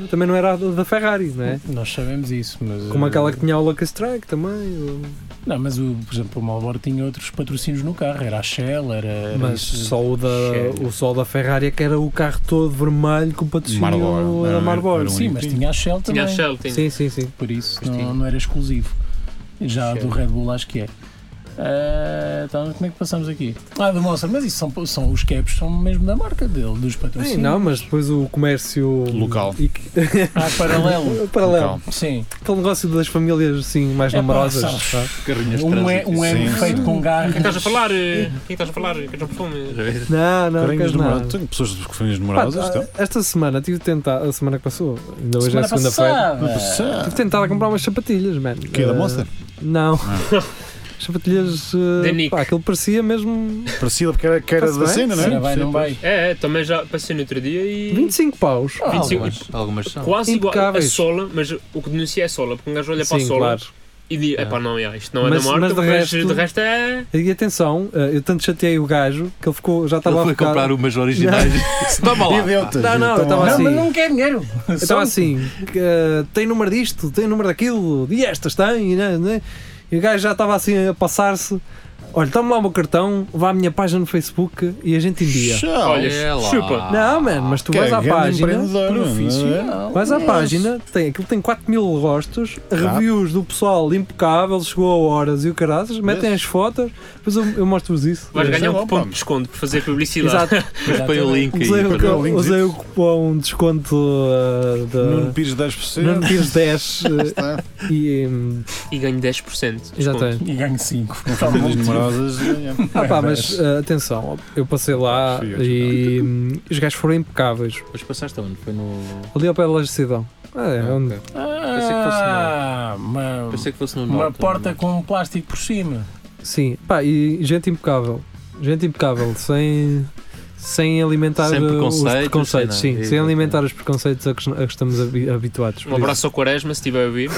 também não era a da Ferrari, não é? Nós sabemos isso, mas. Como eh, aquela que tinha o Lucky Strike também. o- Não, mas o, por exemplo, o Malboro tinha outros patrocínios no carro. Era a Shell, era. era Mas isso. só o, da, Shell. o só da Ferrari é que era o carro todo vermelho com o patrocínio Marlboro. da Era- Marbor. era um- Sim, mas tinha a Shell também. Tinha a Shell, tinha. Sim, sim, sim. Por isso Pois tinha. não, não era exclusivo. Já Shell. do Red Bull acho que é. Ah, então como é que passamos aqui? Ah, do Monster, mas isso são, são os caps, são mesmo da marca dele, dos Ei, patrocínios. não, mas depois o comércio Local. E que- Ah, paralelo. paralelo. Local. Sim. Aquele negócio das famílias assim mais É pá, numerosas. sabes. sabe? carrinhas Um é, um é Sim, feito sim. com Quem estás garras. a falar? eh? Quem estás a falar? Que perfume? Não, não, não. Carinhas quero nada. namoradas. Tenho pessoas com famílias Pá, namoradas. então. esta semana tive de tentar, a semana que passou, ainda hoje Semana é segunda-feira. passada. Tive de tentar comprar umas sapatilhas, mano. Que é da Eh, Monster? Não. sapatilhas. eh, Da Nick. pá, aquilo parecia mesmo Parecia porque era, que era Tá-se da bem? cena, não é? Será vai, não vai? É, é, também já passei no outro dia e. 25 paus. Ah, 25. Algumas, algumas são. Quase igual a Impecáveis. sola, mas o que denuncia é a sola, porque um gajo olha para a Sim, sola claro. e diz: Ah. epá, não, é, isto não é Mas- da marca, mas mas, de de, resto- resto... é. E atenção, eh, eu tanto chateei o gajo que ele ficou, já Ele estava a foi ficar- comprar umas originais. Toma lá. Idiotas. Não, não, eu Então, estava Não, assim. mas não quer dinheiro. Eu estava assim, que, eh, tem número disto, tem número daquilo, e estas têm, né, né? E o gajo já estava assim a passar-se. Olha, toma lá o meu cartão, vá à minha página no Facebook e a gente envia. Tchau. Olha, É lá. chupa. Não, mano, mas tu Ah, Que é vais à grande página. empreendedor, não é? Profissional. Vais à Yes. página, tem, aquilo tem 4 mil gostos, Claro. reviews do pessoal impecável, chegou a horas e o caraças, metem as fotos, depois eu, eu mostro-vos isso. Vais Mas é ganhar um bom, cupom pá. de desconto por fazer publicidade. Exato, Mas põe o link aí. usei, para- dar o, links usei o isso. cupom de desconto uh, Nuno da Pires Nuno 10%. Pires 10 uh, Está. e. um, E ganho 10%. de desconto. Exatamente. E ganho 5. Com famílias numerosas. é, é. Ah pá, mas uh, atenção, eu passei lá Sim, eu e um, os gajos foram impecáveis. Mas passaste onde? Foi no. Ali ao pé da legislação. Ah, é, Ah, onde- ok. Ah, uma, Pensei que fosse no uma norte. porta com um plástico por cima. Sim, pá, e gente impecável. Gente impecável, sem, sem alimentar Sem uh, os preconceitos, preconceitos. sem Sim, nada. sem alimentar os preconceitos a que, a que estamos habi- habituados. Um por isso. abraço ao Quaresma, se estiver a ouvir.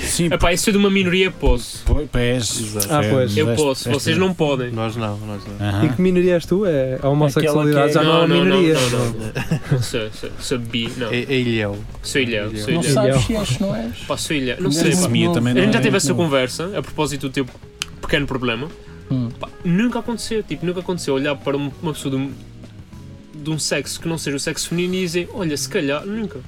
Sim, Epá, isso é de uma minoria, posso. é. pô, pés. É, Exato. Ah, pois. Eu posso, vocês não podem. Nós não, nós não. Aham. E que minoria és tu? É a homossexualidade Aquela já que- não, é não, não, minoria. não, não, Sou, sou, sou bi, não. É, é Ilhéu. Sou ilhéu, sou Não Não ilhéu. Ilhéu. sabes se és, não és? Pá, sou ilhéu. Não Não é, sei, sei. pá. Minha também A gente já teve Não. essa conversa a propósito do teu pequeno problema. Hum. Pá, nunca aconteceu, tipo, nunca aconteceu olhar para um- uma pessoa de um, de um sexo que não seja o sexo feminino e dizer, olha, se calhar, nunca.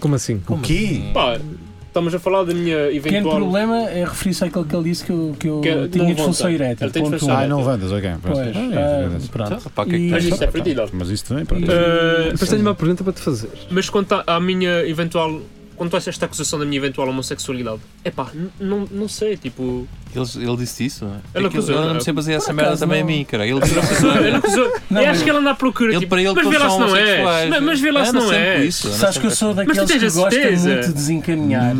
Como assim? O quê? Pá, estamos a falar da minha O pequeno eventual. problema é referir-se àquilo que ele disse que eu, que eu Que é- tinha não disfunção vontade. erétil. Ele tem ponto disfunção um. Ah, não levantas, ok. pronto. Pois, Ah, é, ah, levantas. pronto. Pá, o que é que E- Mas tens? isso é Ah, perdido. Mas isso também, pronto. Eh, Depois tenho uma pergunta para te fazer. mas quanto à- à minha eventual. Quanto a esta acusação da minha eventual homossexualidade, é pá, não, não sei, tipo. Eles- Ele disse isso? É Ele que acusou, eu não não. me sei basear essa Por merda acaso também a não. mim, cara. Ele disse Ele acusou. Não, eu mas- acho que ela anda à procura. Ele tipo, para ele mas vê todos lá se são não é. homossexuais. né? Mas, mas vê lá se Anda não sempre é. Isso, anda Sabes que eu sempre sou daqueles que tens a gostam certeza? Hum. muito de desencaminhar. Hum.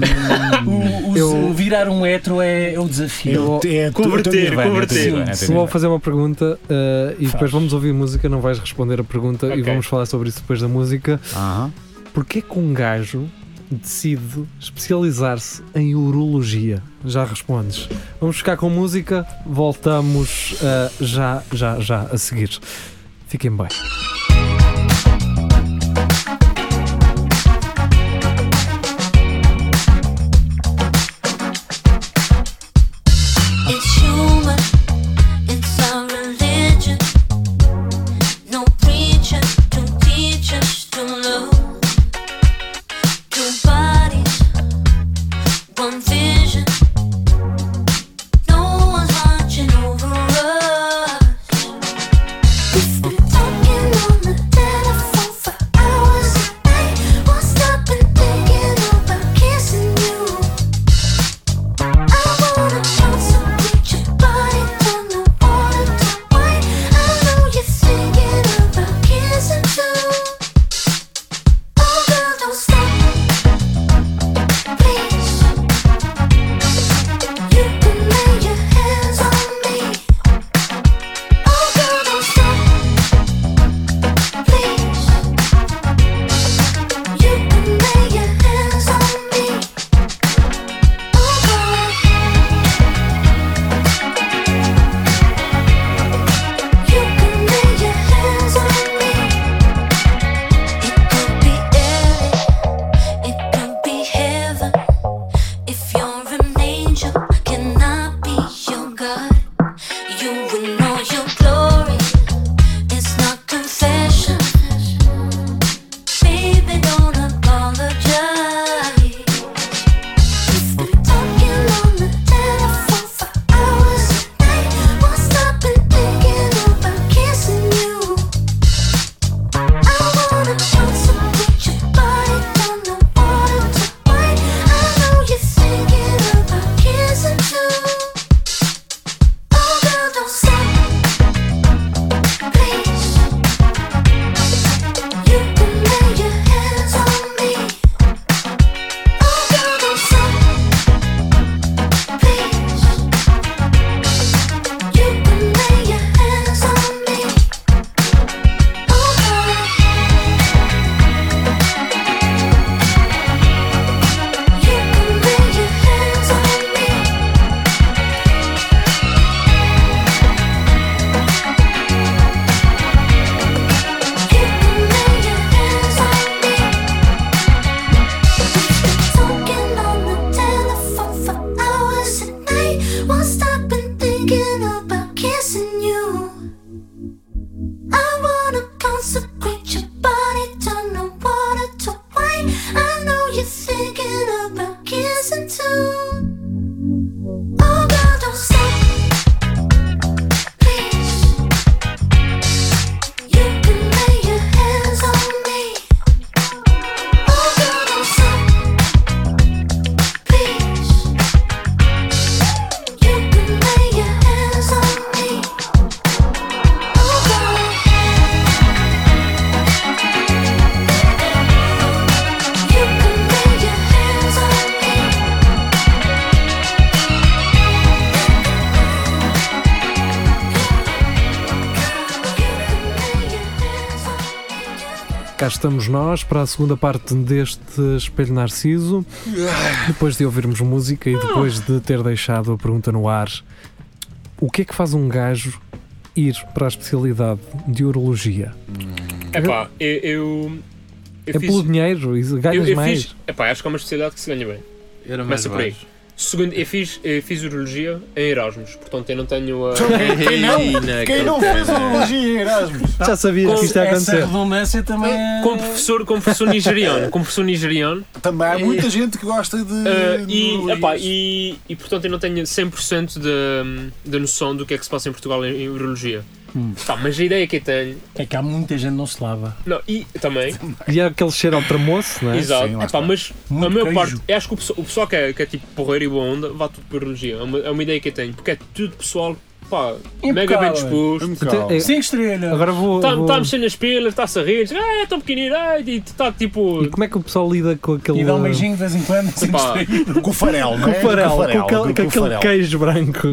o, o- Eu- o virar um hétero é, é o desafio. Eu- é, tu- Converter, tu- Nirvana, converter. tu- Nirvana, tu- Se vou fazer uma pergunta eh, e depois Faz. vamos ouvir música, não vais responder a pergunta e Ok. vamos falar sobre isso depois da música. Aham. Porquê que um gajo decide especializar-se em urologia? Já respondes. Vamos ficar com música, voltamos eh, já, já, já a seguir. Fiquem bem. It's human, it's a religion. No preacher to teach us to love. Two bodies, one vision. No one's watching over us. We've been talking on the telephone for hours a day. Won't stop and thinking about kissing you. I wanna bounce and reach your body from the water to white. I know you're thinking about kissing too. Oh girl, don't stop, please. You can lay your hands on me. Oh girl, don't stop, please. You can lay your hands on me. Baby, don't apologize. Talking on the telephone for hours a night. Won't stop and thinking about kissing you. I wanna bounce and put your body from the water to white. I know you're thinking about kissing too. Oh girl, don't stop, please. You can lay your hands on me. Oh girl, don't stop. Please, you can lay your hands on me. Oh girl, you can lay your hands on me. You can lay your hands on me. Talking on the telephone for hours a night. Won't stop and thinking about kissing you. I wanna consecrate your body, turn the water to wine. I know you're thinking about kissing too. Oh girl, don't stop, please. You can lay your hands on me. Oh girl, don't stop. Please, you can lay your hands on me. Oh girl, you can lay your hands on me. You can lay your hands on me. Cá estamos nós para a segunda parte deste Espelho Narciso. Depois de ouvirmos música e depois de ter deixado a pergunta no ar, o que é que faz um gajo ir para a especialidade de urologia? É pá, eu. eu, eu é fiz, pelo dinheiro, isso, ganhas eu, eu mais. fiz. É pá, acho que é uma especialidade que se ganha bem. Era mais Começa por aí. baixo. Segundo, eu fiz, eu fiz urologia em Erasmus, portanto eu não tenho a. Quem não, Quem não fez urologia em Erasmus? Já sabias que isto ia Essa acontecer. redundância também é... Com professor, com professor nigeriano, com professor nigeriano, Também há E- muita gente que gosta de. Ah, de e, urologias. epá, e, e, portanto eu não tenho 100% da da noção do que é que se passa em Portugal em, em urologia. Tá, mas a ideia que eu tenho. É que há muita gente que não se lava. Não, e também, E é aquele cheiro ao tramoço, não é? exato, sim, lá epá, está. mas Muito a maior queijo. parte, eu acho que o pessoal, o pessoal que, é, que é tipo porreiro e boa onda vai tudo para urologia. É uma, é uma ideia que eu tenho, porque é tudo pessoal, pá, mega bem Impecável. um disposto. Então, é- 5 estrelas. Agora vou. vou- Está-me sem nas pilas, está-se a rir, ah, é tão pequenino, ah, e está tipo. E como é que o pessoal lida com aquele. E dá um beijinho de vez em quando. cinco Pá. estrelas. Com o farelo, não Com é? o farelo, com, farelo, aquele, é com com o aquele farelo. queijo branco.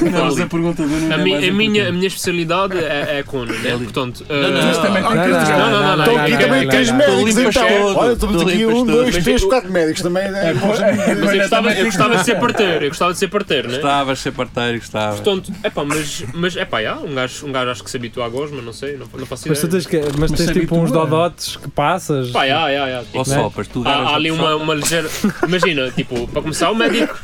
Mas a pergunta do Nuno tá A, é mi- mais a minha, a importante. minha especialidade é, é cona, né? Portanto, ah, então, não, Mas também não, tem não, que não, ter- não, não, não, E não, também não, queijo não, não. médicos Tu limpas é então. todo, Olha, estamos tu aqui limpas um, todo. dois, três, quatro médicos também. É, Mas eu gostava, eu Também- gostava de ser parteiro, eu gostava de ser parteiro, né? Gostavas de ser parteiro, gostavas. Portanto, epá, mas, mas epá, já, um, gajo, um gajo acho que se habitua a gosma, não sei, não, não faço Mas ideia. tu tens, que, mas tens se tipo habitua. uns dodotes que passas. Epá, já, já, já, tipo, Ou sopas, tu agarras há, há a ali pessoa- uma, uma ligeira. Imagina, tipo, para começar, o médico.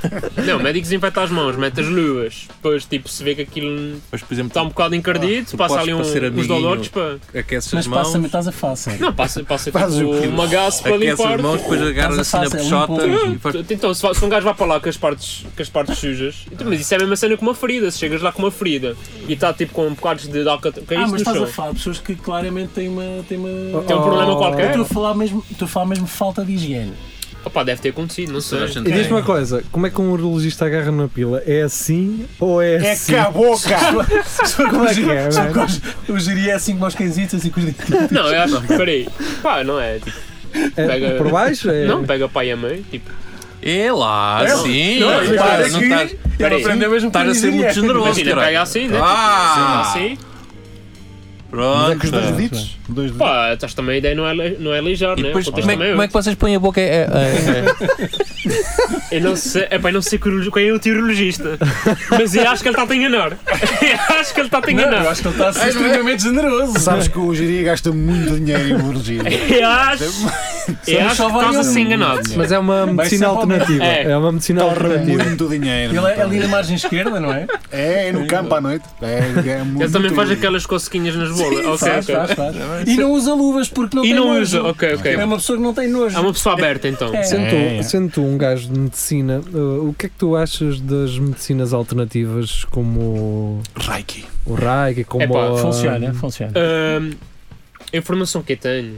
Não, o médico desinfeta as mãos, mete as luvas, depois, tipo, se vê que aquilo Mas, por exemplo, está um bocado encardido, tu passa podes ali um, para ser uns amiguinho. dolores para. aqueces as Mas mãos, passa-me, estás a face. Não, passa, passa Fazes tipo o quê? uma gás para aqueces limpar. as mãos, depois agarras Estás assim a na face, é peixota limpo. e faz... Então, se, va- se um gajo vai para lá com as partes, com as partes sujas, então, mas isso é a mesma cena com uma ferida. Se chegas lá com uma ferida e está tipo com bocados de alcatrão, Ah, isto mas no estás a oh. chão. falar de pessoas que claramente têm uma. Têm uma... Tem um problema Eu qualquer? estou a falar mesmo, estou a falar mesmo falta de higiene. Opa, deve ter acontecido, não sei. Toda a gente E tem. diz-me uma coisa, como é que um urologista agarra na pila? É assim ou é é assim? que a boca! Como é que é? Só mano? que eu geria assim com os cãezitos, assim com os dedinhos. Não, eu acho que, peraí, pá, não é, tipo, É Pega- por baixo? É... não, pega o pai e a mãe, tipo, É lá, sim. não, mas repara não que- estás- peraí, Aprendeu mesmo Estás com a ser muito higiene. generoso, imagina, pega cara. assim, né, Ah! tipo, assim, É com os dois Pronto. deditos? Dois deditos. pá, estás também a ideia não é, le- não é lijar, E né, depois, o como contexto é, também é como é que vocês põem a boca? É, é, é- outro. Eu não sei, é pá, eu não sei qual quem é o tirologista, mas eu acho que ele está a te enganar, eu acho que ele está a te Não, eu enganar, acho que ele está a ser extremamente generoso. Sabes que o Jiri gasta muito dinheiro em urologia. eu acho, eu Somos acho só que assim estás a vários. ser enganado. Mas é uma medicina sempre ao meio. alternativa. É. É. uma medicina Torra alternativa. muito dinheiro. Ele é então. ali na margem esquerda, não é? É, é no campo à noite. É, é muito Ele também faz dinheiro. aquelas cosquinhas nas bolas, ok, faz, ok. faz, faz. E não usa luvas porque não E tem não nojo. usa, ok, ok. É uma pessoa que não tem nojo. É uma pessoa aberta então. É. Sendo, É, tu, é. sendo tu um gajo de medicina, uh, o que é que tu achas das medicinas alternativas como Reiki. o Reiki, como Epá, a- Ah, Funciona, funciona. Ahm, a informação que eu tenho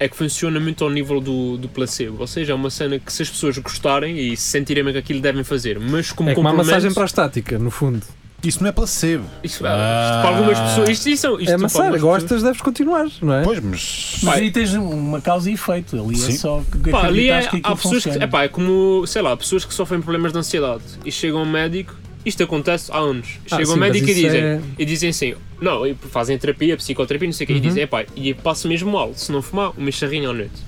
é que funciona muito ao nível do, do placebo, ou seja, é uma cena que se as pessoas gostarem e se sentirem bem que aquilo devem fazer, mas como É como uma complemento- massagem para a estática, no fundo. Isso não é placebo. Isto, ah, isto para algumas pessoas, isto, isto, são- isto é para massagem, algumas pessoas- gostas, deves continuar, não é? Pois, mas. Mas Pá, aí tens uma causa e efeito. Ali é Sim. só que pá, ali é, acreditas que há aquilo pessoas que, funciona. epá, é como, sei lá, pessoas que sofrem problemas de ansiedade e chegam ao médico, isto acontece há anos, Ah, chegam sim, ao mas médico e isso dizem, é- E dizem assim, não, e fazem terapia, psicoterapia, não sei o quê, e dizem, epá, e passo mesmo mal, se não fumar, uma charrinha à noite. Pá,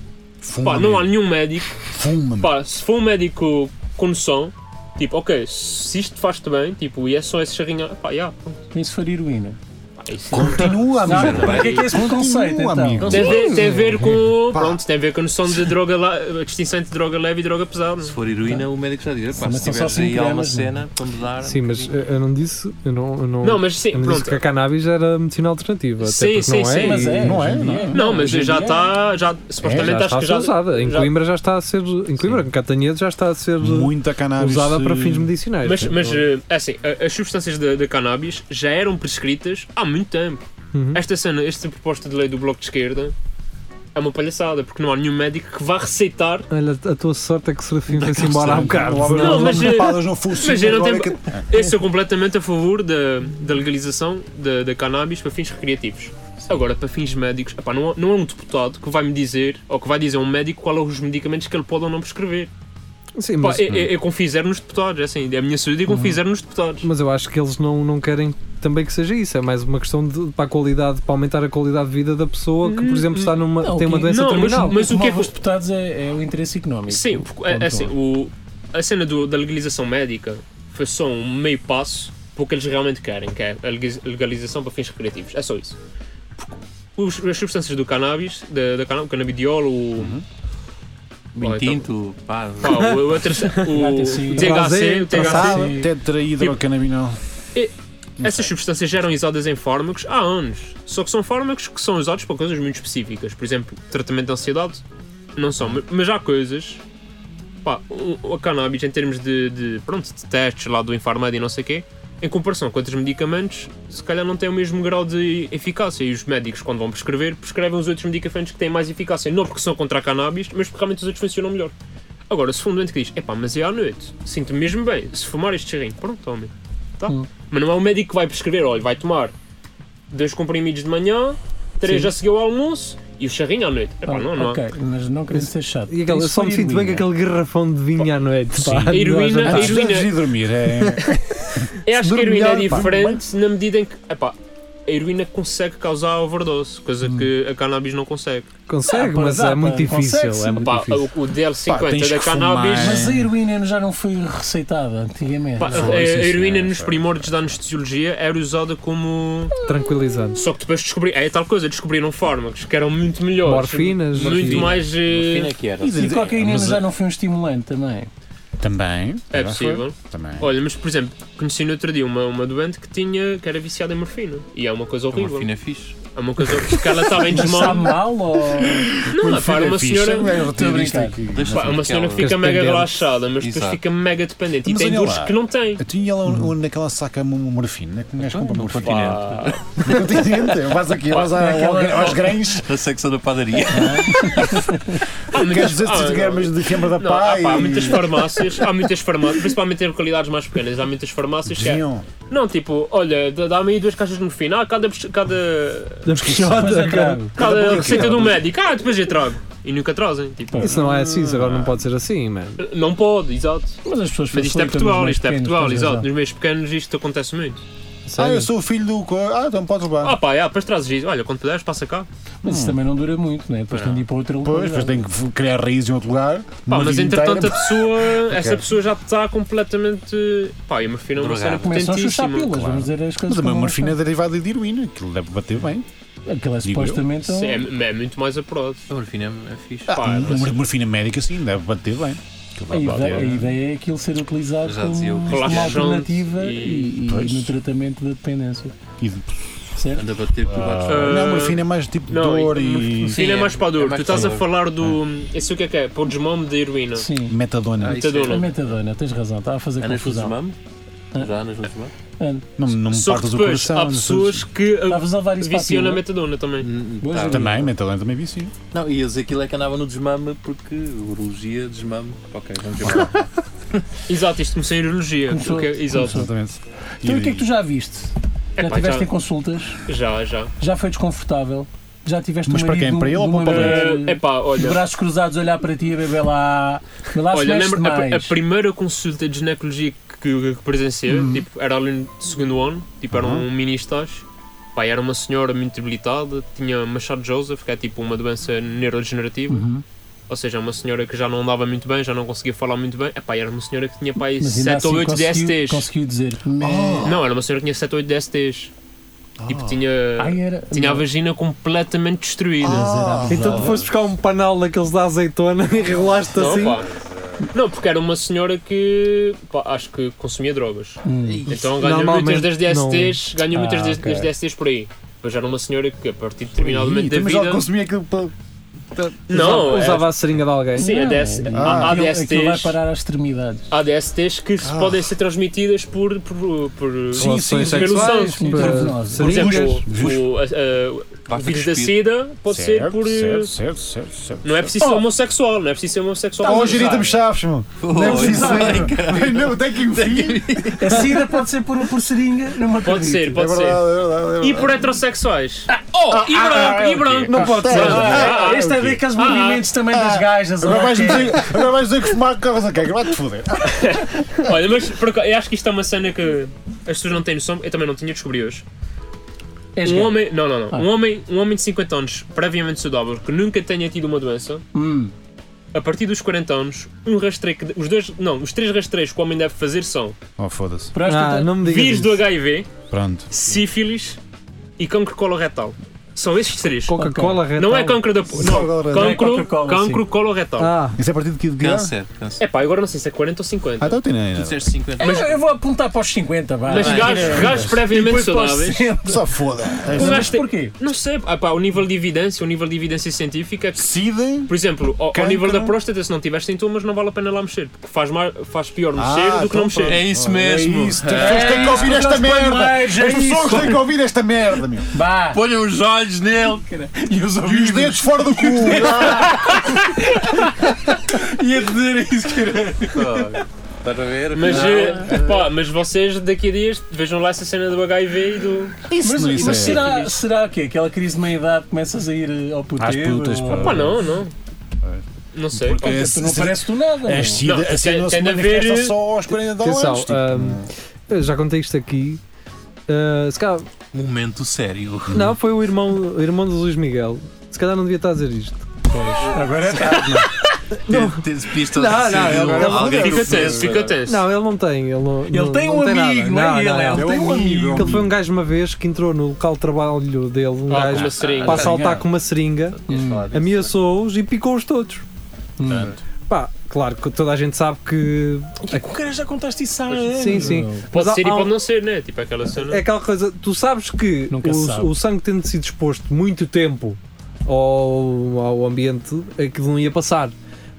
Fuma. não há nenhum médico, Fuma. pá, se for um médico com noção, tipo, ok, se isto faz-te bem, tipo, e é só esse charrinho, pá, já, pronto. Tem se for heroína. Pá, isso Continua, amigo. Não, o que é que é esse preconceito Continua, então? amigo. Tem a ver, tem a ver com, Pá. pronto, tem a ver com a noção de droga, la- a distinção entre droga leve e droga pesada. Se for heroína, o médico já diz: "Epá, Mas se são só tiveres aí cinco alguma gramas, não é? cena para mudar. Sim, mas eh, eu eu não disse, eu não, eu não, Não, mas sim, eu não disse pronto. que a cannabis era medicina alternativa. Sim, até porque sim, não é, sim. Mas e- é, Não é, hoje em não dia é. Não, mas Hoje em já tá, dia está, já, supostamente É, já está acho a que ser já... usada. Em já- Coimbra já está a ser, em Coimbra, em Catanhedo já está a ser Muita cannabis. usada para eh, fins medicinais. Mas, sim. mas eh, é assim, a- as substâncias da, da cannabis já eram prescritas há muito tempo. Uhum. Esta cena, esta proposta de lei do Bloco de Esquerda é uma palhaçada, porque não há nenhum médico que vá receitar. Olha, a tua sorte é que o Serafim foi-se embora há bocado. Não, Não, mas, eh, Palas não fosse. mas eu não agora tenho- é que- Eu sou completamente a favor da, da legalização da, da cannabis para fins recreativos. Agora, para fins médicos, epá, não, há- não é um deputado que vai me dizer, ou que vai dizer a um médico qual é os medicamentos que ele pode ou não prescrever. Sim, Pá, é, eh, mas, eu, eu, eu confio zero nos deputados, é assim, é a minha saúde e confio zero nos deputados. mas eu acho que eles não, não querem também que seja isso. É mais uma questão de, para a qualidade, para aumentar a qualidade de vida da pessoa que, por Hum, exemplo, está numa, Não, tem uma que- doença não, mas- terminal. mas o que é que os os- deputados é, é o interesse económico. Sim, porque é, é assim, o- a cena do- da legalização médica foi só um meio passo para o que eles realmente querem, que é a legis- legalização para fins recreativos. É só isso. Porque os- as substâncias do cannabis, da, da canna- o canabidiol, o, Vinho Olha, então, tinto, pá. Pá, o, o, terceiro- o HTC. THC, o THC, traçado. é Até Tipo, tetraidrocannabinol. essas substâncias já eram usadas em fármacos há anos. Só que são fármacos que são usados para coisas muito específicas. Por exemplo, tratamento de ansiedade, não são. Mas- Mas há coisas. Pá, o, o cannabis, em termos de, de, pronto, de testes lá do Infarmed e não sei o quê, em comparação com outros medicamentos, se calhar não tem o mesmo grau de eficácia. E os médicos, quando vão prescrever, prescrevem os outros medicamentos que têm mais eficácia. Não porque são contra a cannabis, mas porque realmente os outros funcionam melhor. Agora, se for um doente que diz, epá, mas é à noite, sinto-me mesmo bem, se fumar este cheirinho, pronto, tome. Tá? Mas não é o médico que vai prescrever, olha, vai tomar dois comprimidos de manhã, três já seguiu ao almoço e o cheirinho à noite. Epá, não, não. Ah, ok, mas não querendo ser chato. E aquele, eu só me sinto bem com aquele garrafão de vinho à noite. Pá, A heroína, a Antes de- heroína, antes de dormir, é. eu acho que a dorme heroína é melhor, pá. diferente na medida em que, epá, a heroína consegue causar overdose, coisa Hum. que a cannabis não consegue. Consegue, Ah, pá, mas dá, é muito pá, difícil. consegue, É sim. muito Pá, difícil. o, o Pá, tens DL50 da que cannabis, fumar. Mas a heroína já não foi receitada antigamente. pá, é- a, a sim, é, senhora, heroína nos foi. primórdios da anestesiologia era usada como... Tranquilizante. Só que depois descobri, é tal coisa, descobriram fármacos que eram muito melhores. Morfinas. Muito morfina. mais. eh, é Fina que era. É E a cocaína Mas, já não foi um estimulante também. Também. É já foi, possível. Também. Olha, mas por exemplo, conheci no outro dia uma, uma doente que tinha que era viciada em morfina. E é uma coisa Então, Uma horrível. fina fixe. É uma coisa porque ela estava em Mas sabe desmão. mal ou. Não, pá, era uma senhora. Estou a brincar. Deixa-me pá, é uma senhora que aquela- fica mega dependente. relaxada, mas depois Exato. fica mega dependente. Mas e tem olha dores lá. que não tem. Eu tinha lá um- um- naquela saca mo- morfina, que um gajo Então, compra No Ah, morfina. continente. Pá, No continente, vais aqui, vais à- ao- aos grãos, Na secção da padaria. há muitas- queres 200 ah, gramas de câmara da não, há, pai. pá, há muitas farmácias, há muitas farmácias, principalmente em localidades mais pequenas, há muitas farmácias que é, Deviam. Não, tipo, olha, dá- dá-me aí duas caixas de morfina, ah, cada, cada, Da é peixota, cara. cada receita de um médico, ah, depois eu trago. E nunca trazem, tipo, Isso não é assim, isso agora não pode ser assim, mano. não pode, exato. Mas as pessoas Mas isto facilitam é nos Portugal, mais isto é pequenos, Portugal, tens exato. razão. Nos meios pequenos isto acontece muito. Ah, Sério. eu sou o filho do. co- Ah, então podes levar. Ah pá, yeah, depois trazes isso, olha, quando puderes, passa cá. Mas isso também não dura muito, né? Depois tem de ir para outra Pois, depois localidade. tenho que f- criar raízes em outro lugar. Pá, uma mas vida entretanto a inteira. pessoa, essa pessoa já está completamente... Pá, e a morfina é uma cena Drogada. Começam a chuchar potentíssima. pilas, vamos dizer as coisas. Mas a minha como morfina é derivada de heroína, aquilo deve bater bem. elas são. Aquilo é digo eu. supostamente. um- Sim, É, é muito mais aprode. A morfina é fixe. Ah, Pá, um- mas- uma morfina médica, sim, deve bater bem. Aquilo A vai ideia, a bater. ideia é aquilo ser utilizado Já como dizia o uma Relaxante alternativa e- e, e Pois. no tratamento da dependência. E de- Certo? Anda a bater por baixo. Ah, não, Ah, a morfina é mais tipo não, dor e- e. Sim, é é- mais para a é dor. mais tu estás a para a dor. falar do... Eu sei o que é que é, para o desmame da heroína. Ah. Sim. Metadona. Ah, isso é- A Metadona. metadona, tens razão, está a fazer Andas no confusão. desmame? Ah. Já andas no desmame? não, não me Só que partas o depois coração. há não sei se- pessoas que ah, Estavas Tá a levar isso para a viciam na pílula. metadona também. Boas Tá. ideias. Também, metadona também vicia. Não, e eles aquilo é que andavam no desmame porque urologia, desmame. Ok, vamos embora. Exato, isto começou em urologia. Começou. ok, é- exato. Exatamente. Então, e o que é que tu já viste? Já Epá, tiveste já- em consultas? Já, já. Já foi desconfortável? Já tiveste Mas um para marido quem? Para ele ou numa para o noite É pá, De olha. braços cruzados, a olhar para ti e beber lá. Vê lá se Olha, mexes lembro a, a demais. primeira consulta de ginecologia que, que, que presenciei, Hum. tipo, era aluno de segundo ano, tipo, era um mini estágio. Pá, era uma senhora muito debilitada, tinha Machado Joseph, que é tipo uma doença neurodegenerativa. Uhum. Ou seja, é uma senhora que já não andava muito bem, já não conseguia falar muito bem. Epá, era uma senhora que tinha pá, aí Mas ainda 7 ou assim 8 conseguiu, DSTs. conseguiu dizer. Não, era uma senhora que tinha 7 ou 8 DSTs. Tipo, tinha, Ah. Ai, é Ah, era. Hum. tinha a vagina completamente destruída. Então tu foste buscar um panal daqueles da azeitona e regulaste Não, assim. pá. Não, porque era uma senhora que pá, acho que consumia drogas. Hum. Então ganhou Normalmente muitas das DSTs, ganhou muitas Ah, das, ok. das DSTs por aí. Mas era uma senhora que a partir de determinado Ih, momento da também já vida. consumi aquilo para. Não, é- Usava a seringa de alguém. é sim, a DS, há- há, é aquilo, aquilo vai DSTs, parar às extremidades. há DSTs que se podem ser transmitidas por. por, por Relações sim, sexuais, sim, por- por por seringas. exemplo, o, o, a- a- o Basta vírus da cuspir. SIDA pode ser por. Certo, certo, certo, certo. Não é preciso ser homossexual, não é preciso ser homossexual. Oh, Mas- gerita-me chaves, meu. Não é preciso ser. Não, até que enfim. A SIDA pode ser por, por seringa numa Pode ser, É pode verdade, ser. é verdade. é E verdade. por heterossexuais. oh, e branco, e branco. Não pode ser. Ah, este é daqueles movimentos também das gajas. Ah, Agora olha vais aqui. dizer, um agora vais dizer que fumar carros a queca. Vai-te foder. Olha, mas por acaso, eu acho que isto é uma cena que as pessoas não têm noção, eu também não tinha descobri hoje. És Um gay. homem, não, não, não. Ah. Um, homem, um homem de 50 anos, previamente saudável, que nunca tenha tido uma doença, Hum. a partir dos 40 anos, um rastreio que. Os dois, não, os três rastreios que o homem deve fazer são Oh, foda-se. Próstata. Ah, não me digas. vírus do isso. HIV, Pronto. sífilis e cancro colorectal. São estes três. Coca-Cola retal. Não é cancro da pu- Não, Coca-Cola. Não é cancro, Coca-Cola, cancro coloretal. Ah, Isso é a partir de que de que idade? Câncer, câncer. É pá, agora não sei se é 40 ou 50. Ah, então tem Tu nada. disseste 50. Mas eu vou apontar para os 50, vá. mas Vai. gajos, gajos é. Depois previamente para os saudáveis. 60. Só foda. Um Mas gajo tem- porquê? Não sei, ah, pá, o nível de evidência, o nível de evidência científica é que, Sidem. por exemplo, ao, ao Cancro. nível da próstata, se não tiver sintomas, não vale a pena lá mexer, porque faz, mal, faz pior Ah, mexer do que não então mexer. É isso É. mesmo. As pessoas têm que isso ouvir que esta nós merda. primeiros, As é pessoas isso. têm que ouvir esta merda, meu. Vá. Ponham os olhos nele e os E os dedos fora do cu. Ia dizer isso, caralho. Estás a ver? Mas, Não. eh, pá, mas vocês daqui a dias vejam lá essa cena do HIV e do. Isso não Mas, mas isso é. será, será que aquela crise de meia-idade começas a ir eh, ao puteiro? Às putas, ou- pá. Pá, não, não. Não sei. Porque É, tu não se- parece do nada. A meu. SIDA, Não, a SIDA tem- não se tem de assim manifesta haver- só aos 40 atenção, anos. tipo. ah, já contei isto aqui. Ah, se calhar, Momento sério. não, foi o irmão, o irmão de Luís Miguel. Se calhar não devia estar a dizer isto. Agora é tarde. Tens- Tens pistas Não, de ser não, eu- eu- alguém que Fica o fez. tenso, fica tenso. Não, ele não tem. Ele, não, Ele não- tem não um nada. amigo, não é ele, ele É tem um um amigo. amigo. Ele foi um gajo uma vez que entrou no local de trabalho dele, um Ah, com gajo uma seringa. para saltar com uma seringa, Hum, ameaçou-os e picou-os todos. Pá, claro que toda a gente sabe que. É O cara já contaste isso há anos. Sim, sim. Pode Mas há- ser e há um- pode não ser, né? Tipo aquela cena. É aquela coisa, tu sabes que Nunca se o, sabe. o sangue tendo sido exposto muito tempo ao, ao ambiente, aquilo não ia passar.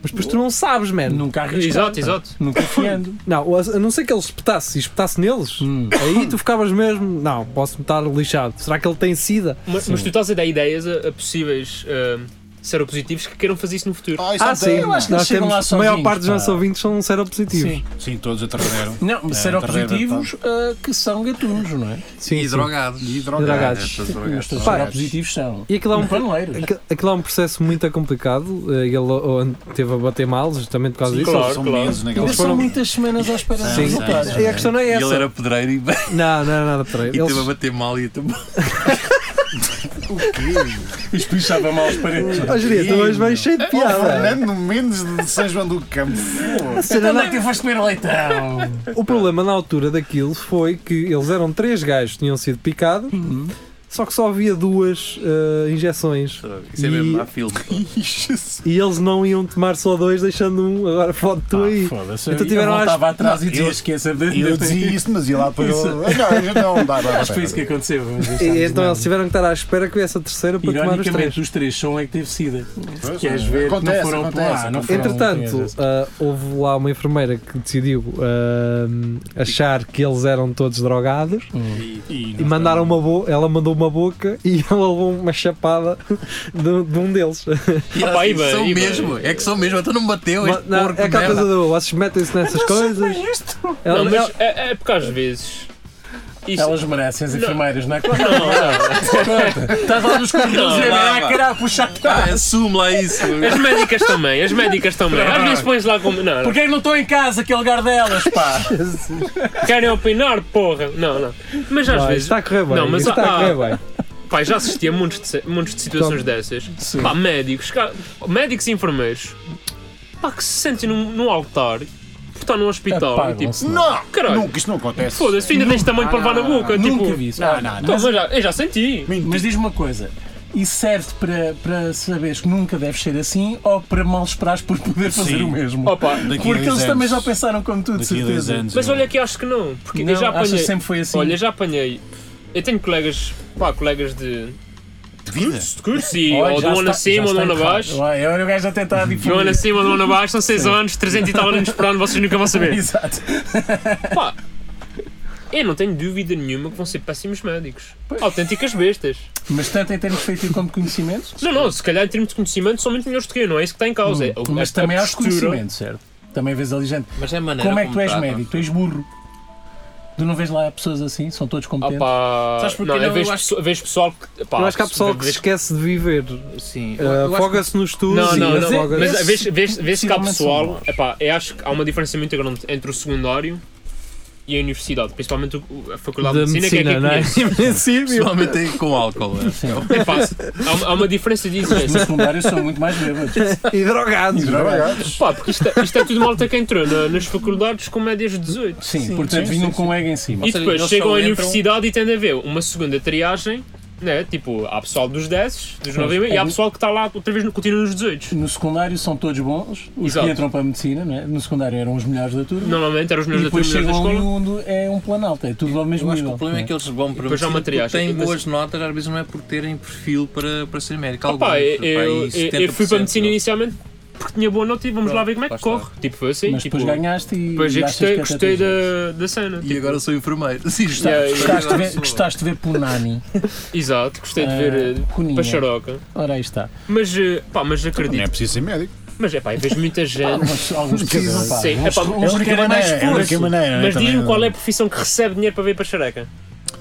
Mas depois tu não sabes, man. Nunca arriscado. Exato, exato. Não confiando. Não, a a não ser que ele espetasse e espetasse neles, aí tu ficavas mesmo, não, posso-me estar lixado. Será que ele tem sida? Mas, mas tu estás a dar ideias a, a possíveis ahm, seropositivos que queiram fazer isso no futuro. Ah, isso não tem. é um eu acho que eles nós chegam temos, lá a maior sozinhos, parte dos pá. nossos ouvintes são um seropositivos. Sim. tipo, Sim, todos atraveram. Não, mas É, serão outra rede, positivos ah, que são gatunos, não é? Sim, E sim. drogados. E Drogados. Ah, estas Os drogadas. teus Pá, positivos são. E aquilo é um, paneleiro. aquilo- aquilo é um processo muito complicado. eh, Ele oh, teve a bater mal justamente por causa disso. claro, são claro. meses naqueles Ainda foram- é são muitas semanas à espera dos Sim. resultados. Sim. E a questão não é E essa. Ele era pedreiro e, e Não, não era nada para ele. teve a bater mal e também. Espichava mal É, as paredes. Ó, Júlia, tu hoje vais cheio de Oh, piada. Fernando Mendes de São João do Campo. A cena Onde é na- que tu foste comer leitão? O problema na altura daquilo foi que eles eram três gajos que tinham sido picados, Uhum. só que só havia duas eh, injeções. Isso é E- mesmo, há filme. E eles não iam tomar só dois, deixando um. Agora fode tu aí. Ah, Foda-se. Então eu tiveram as- voltava atrás e dizia eu- esqueça de. E eu dizia isso, mas ia lá para. Isso. Ah, Não, eu não dá, dá, Acho que foi isso que dá. aconteceu. mas E deixámos então de eles lado. tiveram que estar à espera que viesse a terceira para tomar os três. Ironicamente, os três são é que teve sida. Pois, é. Queres ver? acontece, não foram acontece, para lá. Não foram, Entretanto, tinhas essa. ah, houve lá uma enfermeira que decidiu ah, achar que eles eram todos drogados assim. Hum. e mandaram uma boca, ela mandou uma boca e ela levou uma chapada de, de um deles. E elas Opa, dizem, Iba, são Iba. mesmo, é que são mesmo, então não me bateu Mas, este não, porco é aquela merda. coisa do vocês metem-se nessas coisas. Ela- Não, mas ela- é, é porque às vezes. Isso, Elas merecem as enfermeiras, não é? Claro. Não, não. Estás lá nos corredores é ah, Não, é. vá, vá. caralho, puxa Pá, Ah, assume lá isso. As médicas também, as médicas também. Às vezes pões lá como. Não, não. Porquê que não estou em casa, que é o lugar delas, pá? Querem opinar, porra. Não, não. Mas às Não, isto vezes. está tá- a correr bem. Não, mas isto está há- a correr bem. Pá, já assisti a montes de, se- montes de situações Tá. dessas. Pá, médicos, ca- médicos e enfermeiros. Pá, que se sentem num, num altar. Por estar num hospital. e tipo, Apagam-se, Não! Caralho. Nunca, isto não acontece. foda-se, ainda tens tamanho para levar na boca. Nunca Tipo, vi isso. Não, não, não. então, mas já, eu já senti. Mas diz-me uma coisa. Isso serve para, para saberes que nunca deves ser assim ou para mal esperares por poder fazer Sim. o mesmo? Opa, Daqui a Porque dois eles também já anos. pensaram como tu, de Daqui a dois certeza. anos. Mas eu- olha que eu acho que não, porque Não, eu já achas apanhei. que sempre foi assim? Olha, eu já apanhei. Eu tenho colegas, pá, colegas de, De de vida? curso e ou de um ano acima ou de um ano abaixo. Olha, olha o gajo a tentar De um ano difundir. acima ou de um ano abaixo, são 6 anos, 300 e tal anos por ano, vocês nunca vão saber. Exato. Pá, eu não tenho dúvida nenhuma que vão ser péssimos médicos. Autênticas bestas. Mas tanto em termos de feitiço como de conhecimentos, Não, não, se calhar em termos de conhecimento são muito melhores do que eu, não é isso que está em causa. é, o- mas esta também aos postura- conhecimentos, certo? Também vês ali gente. Mas é maneira Como é que tu és tratam. médico? Tu és burro. Tu não vês lá pessoas assim? São todos Ah competentes? pá, Sabes porquê? não, eu Não, eu vejo, acho- pesso- vejo pessoal que. Pá, Eu acho que há pessoal que se vejo- esquece de viver. Eh, Ah, Sim, eu- eu acho que- Afoga-se nos estudos Não, e não, não. afoga-se- Mas vês, vês, vês que há possivelmente são pessoal. bons. Epá, eu acho que há uma diferença muito grande entre o secundário e a universidade, principalmente o- a Faculdade da de Medicina, que é que eu não é? conheço. Invencível. Principalmente aí com álcool. é. Sim. Epá, há, uma- há uma diferença de Os exigência. secundários são muito mais bêbados. E drogados. Drogados. Pá, porque isto é, isto é tudo malta que entrou na- nas faculdades com médias de 18. Sim, portanto vinham com um ego em cima. E seja, depois eles chegam só à entram- universidade e tendem a ver uma segunda triagem É, tipo, há pessoal dos 10, dos 9 e meio, e há pessoal que está lá outra vez, no- continua nos 18. No secundário são todos bons, os Exato. que entram para a medicina, não é? no secundário eram os melhores da turma, Normalmente eram os e meus da turma depois os melhores chegam da ao escola. mundo, é um planalto, é tudo ao mesmo Eu acho que nível. o problema é não que eles vão para depois há medicina porque materiais. têm Eu penso- boas notas, às vezes não é por terem perfil para, para ser médico. Ah, Alguns, pá, eu, pá, aí eu, eu- eu fui 70%, para a medicina inicialmente porque tinha boa nota e vamos Pronto, lá ver como é lá que está. corre. Tipo, foi assim. é, Mas tipo, depois ganhaste e. Depois eu e achas gostei, que até gostei tens jeito. da, da cena. E tipo, agora sou enfermeiro. Sim, está. Yeah, yeah. Gostaste de ver- Pessoa. Gostaste de ver Punani. Exato, gostei de ver Ah, Cuninha. uh, Pacharoca. Ora, aí está. Mas, eh, pá, mas Não é acredito. preciso ser médico. Mas é pá, eu vejo muita gente. Alguns, alguns Precisam, precisam, pá. Sim, Uns- é pá, uns única requerem mais maneira, é a única esforço. maneira, não é? Mas Também diz-me não- qual é a profissão que recebe dinheiro para ver Pacharoca.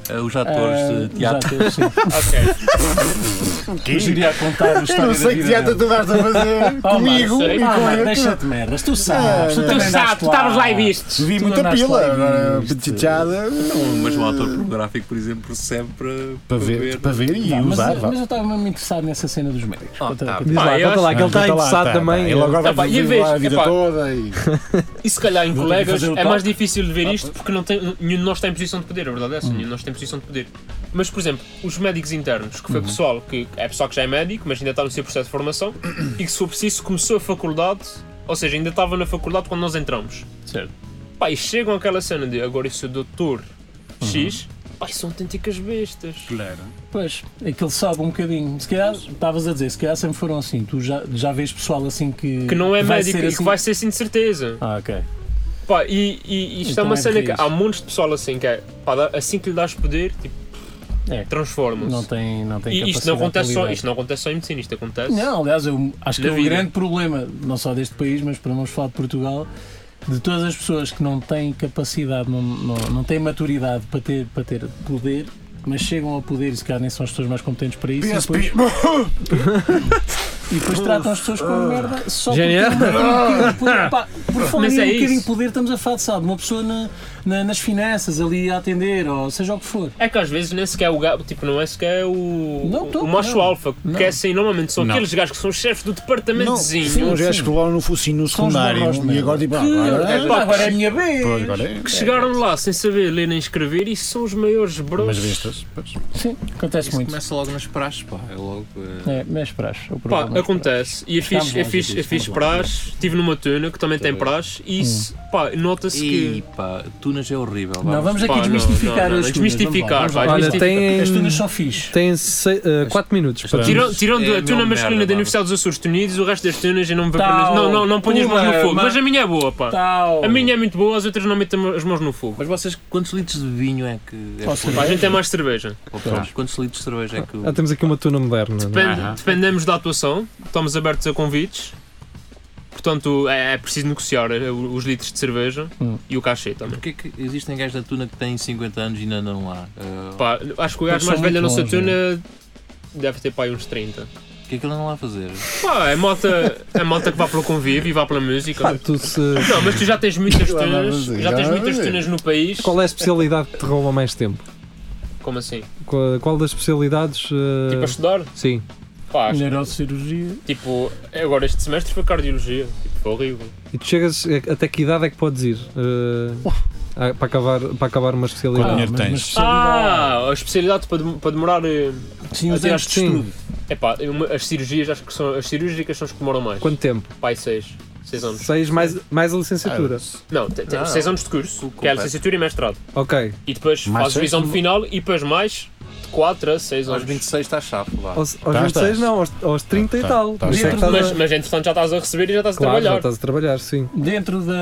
Ah, Os atores Ah, de teatro. exato, sim. Ok. Mas iria contar o história da vida dele. tu vais a fazer Oh, Marco, sei. e Ah, com Marco, ele. deixa-te de merdas. Tu sabes. Tu também sabes, andaste tu estavas lá e vistes. Vi Tu muita andaste pila, lá e agora viste. petichada. Mas um ator pornográfico, por exemplo, recebe para, Para ver, para ver e Pá, mas, é, usar. vá. mas eu estava mesmo interessado nessa cena dos médicos. Ah, Conta- tá. conta- Diz Pá, lá, eu conta lá, que ele Tá, está tá lá, interessado tá, tá. também. Ele agora Epá, vai e viver vês, lá a vida epá, toda e. E se calhar em Vou ter que colegas fazer o Ah, é top. mais difícil de ver isto porque não tem, nenhum de nós tem posição de poder, a verdade é Hum. essa, nenhum de nós tem posição de poder. Mas, por exemplo, os médicos internos, que foi Uhum. pessoal que é pessoal que já é médico, mas ainda está no seu processo de formação e que, se for preciso, começou a faculdade, ou seja, ainda estava na faculdade quando nós entramos. Certo. Pá, e chegam àquela cena de agora eu sou doutor Uhum. X, pá, e são autênticas bestas. Pois, aquele sobe um bocadinho. Se calhar, estavas a dizer, se calhar sempre foram assim. Tu já, já vês pessoal assim que. Que não é vai médico ser e que assim. vai ser assim de certeza. Ah, ok. Pá, e, e, e isto Então é uma é cena que raiz. há montes de pessoal assim que é, pá, dá- assim que lhe dás poder, tipo, É. transforma-se. Não tem, não tem E isto não, capacidade acontece para só, lidar. isto não acontece só em medicina, isto acontece. Não, aliás, eu acho que é Na o vida. grande problema, não só deste país, mas para não falar de Portugal, de todas as pessoas que não têm capacidade, não, não, não têm maturidade para ter, para ter poder, mas chegam ao poder e se calhar nem são as pessoas mais competentes para isso, e depois, e depois tratam as pessoas como merda só por Genial. terem um bocadinho de poder. Pá, Por falar Mas em é um bocadinho isso. de poder, estamos a falar de, sabe, uma pessoa na- na- nas finanças ali a atender, ou seja o que for. É que às vezes nem sequer o gajo, tipo, não é sequer o, Não, tô- o macho não. alfa, que Não. é assim, normalmente são Não. aqueles gajos que são chefes do Sim, departamentozinho, uns gajos que levaram no focinho no São os barros, secundário não é? e agora tipo, ah, Que- agora é. Pá, agora é a minha vez! Pois, agora é. que chegaram lá sem saber ler nem escrever e são os maiores bros. Mas vistas, pois. Sim, acontece Isso muito. começa logo nas praxes, pá. É logo. eh, É, mas praxe, o Pá, problema é praxe. acontece. E eu Estamos fiz, eu longe fiz, disso, eu fiz estamos longe. é praxe, estive numa tuna que também tem praxe e isso, pá, nota-se E que. pá, Tunas é horrível. Não, vamos Pá, aqui não, não, desmistificar não, as tunas. desmistificar, vamos lá, vai, vamos lá. Olha, tem, As tunas são fixe. tem 4 minutos para. Tirando, tirando É a tuna meu masculina merda, da vá. Universidade dos Açores Unidos, o resto das tunas eu não me vou Tal, Não, não, não ponho as mãos no uma, fogo, mas- mas a minha é boa, pá. Tá A minha é muito boa, as outras não metem as mãos no fogo. Mas vocês, quantos litros de vinho é que. É Posso que- Pá, a gente é mais cerveja. Ou, pronto, Quantos litros de cerveja é que. Ah, temos aqui uma tuna moderna. não é? Depende- Dependemos da atuação, estamos abertos a convites. Portanto, é, é preciso negociar eh, os litros de cerveja Hum. e o cachê também. Porquê que existem gajos da Tuna que têm 50 anos e ainda não há? Eh, Pá, acho que o gajo são mais velho da muito nossa bons, tuna deve ter pá, aí uns 30. O que é que ele anda lá a fazer? Pá, é malta, é malta que vá pelo convívio e vá pela Pá, música. tu se- Não, mas tu já tens muitas Lá vai tunas, dizer, já lá tens vai muitas dizer. tunas no país. Qual é a especialidade que te rouba mais tempo? Como assim? Qual, qual das especialidades? eh, Tipo a estudar? Sim. Pá, acho- Neurocirurgia. tipo, agora este semestre foi cardiologia. Tipo, foi horrível. E tu chegas. Até que idade é que podes ir? eh, a- para, acabar, para acabar uma Quanto especialidade? dinheiro mas- tens? mas- Ah, a especialidade para, dem- para demorar. eh, Sim, os Até anos acho de que sim. estudo. Epá, uma- as cirurgias, acho que são. As cirúrgicas são as que demoram mais. Quanto tempo? Pai, seis. Seis anos. Seis mais, mais a licenciatura. Não, te- te- Ah, seis anos de curso, que é a completo. licenciatura e mestrado. Ok. E depois Mais fazes o seis? exame final e depois mais de 4 a 6 Aos anos. 26 está chafo lá. Aos, aos Tá, 26 estás. não, aos, aos 30 Tá, e tal. tá, Por isso é que tá. estás Mas, a- mas entretanto já estás a receber e já estás a Claro, já trabalhar. estás a trabalhar, sim. Dentro da,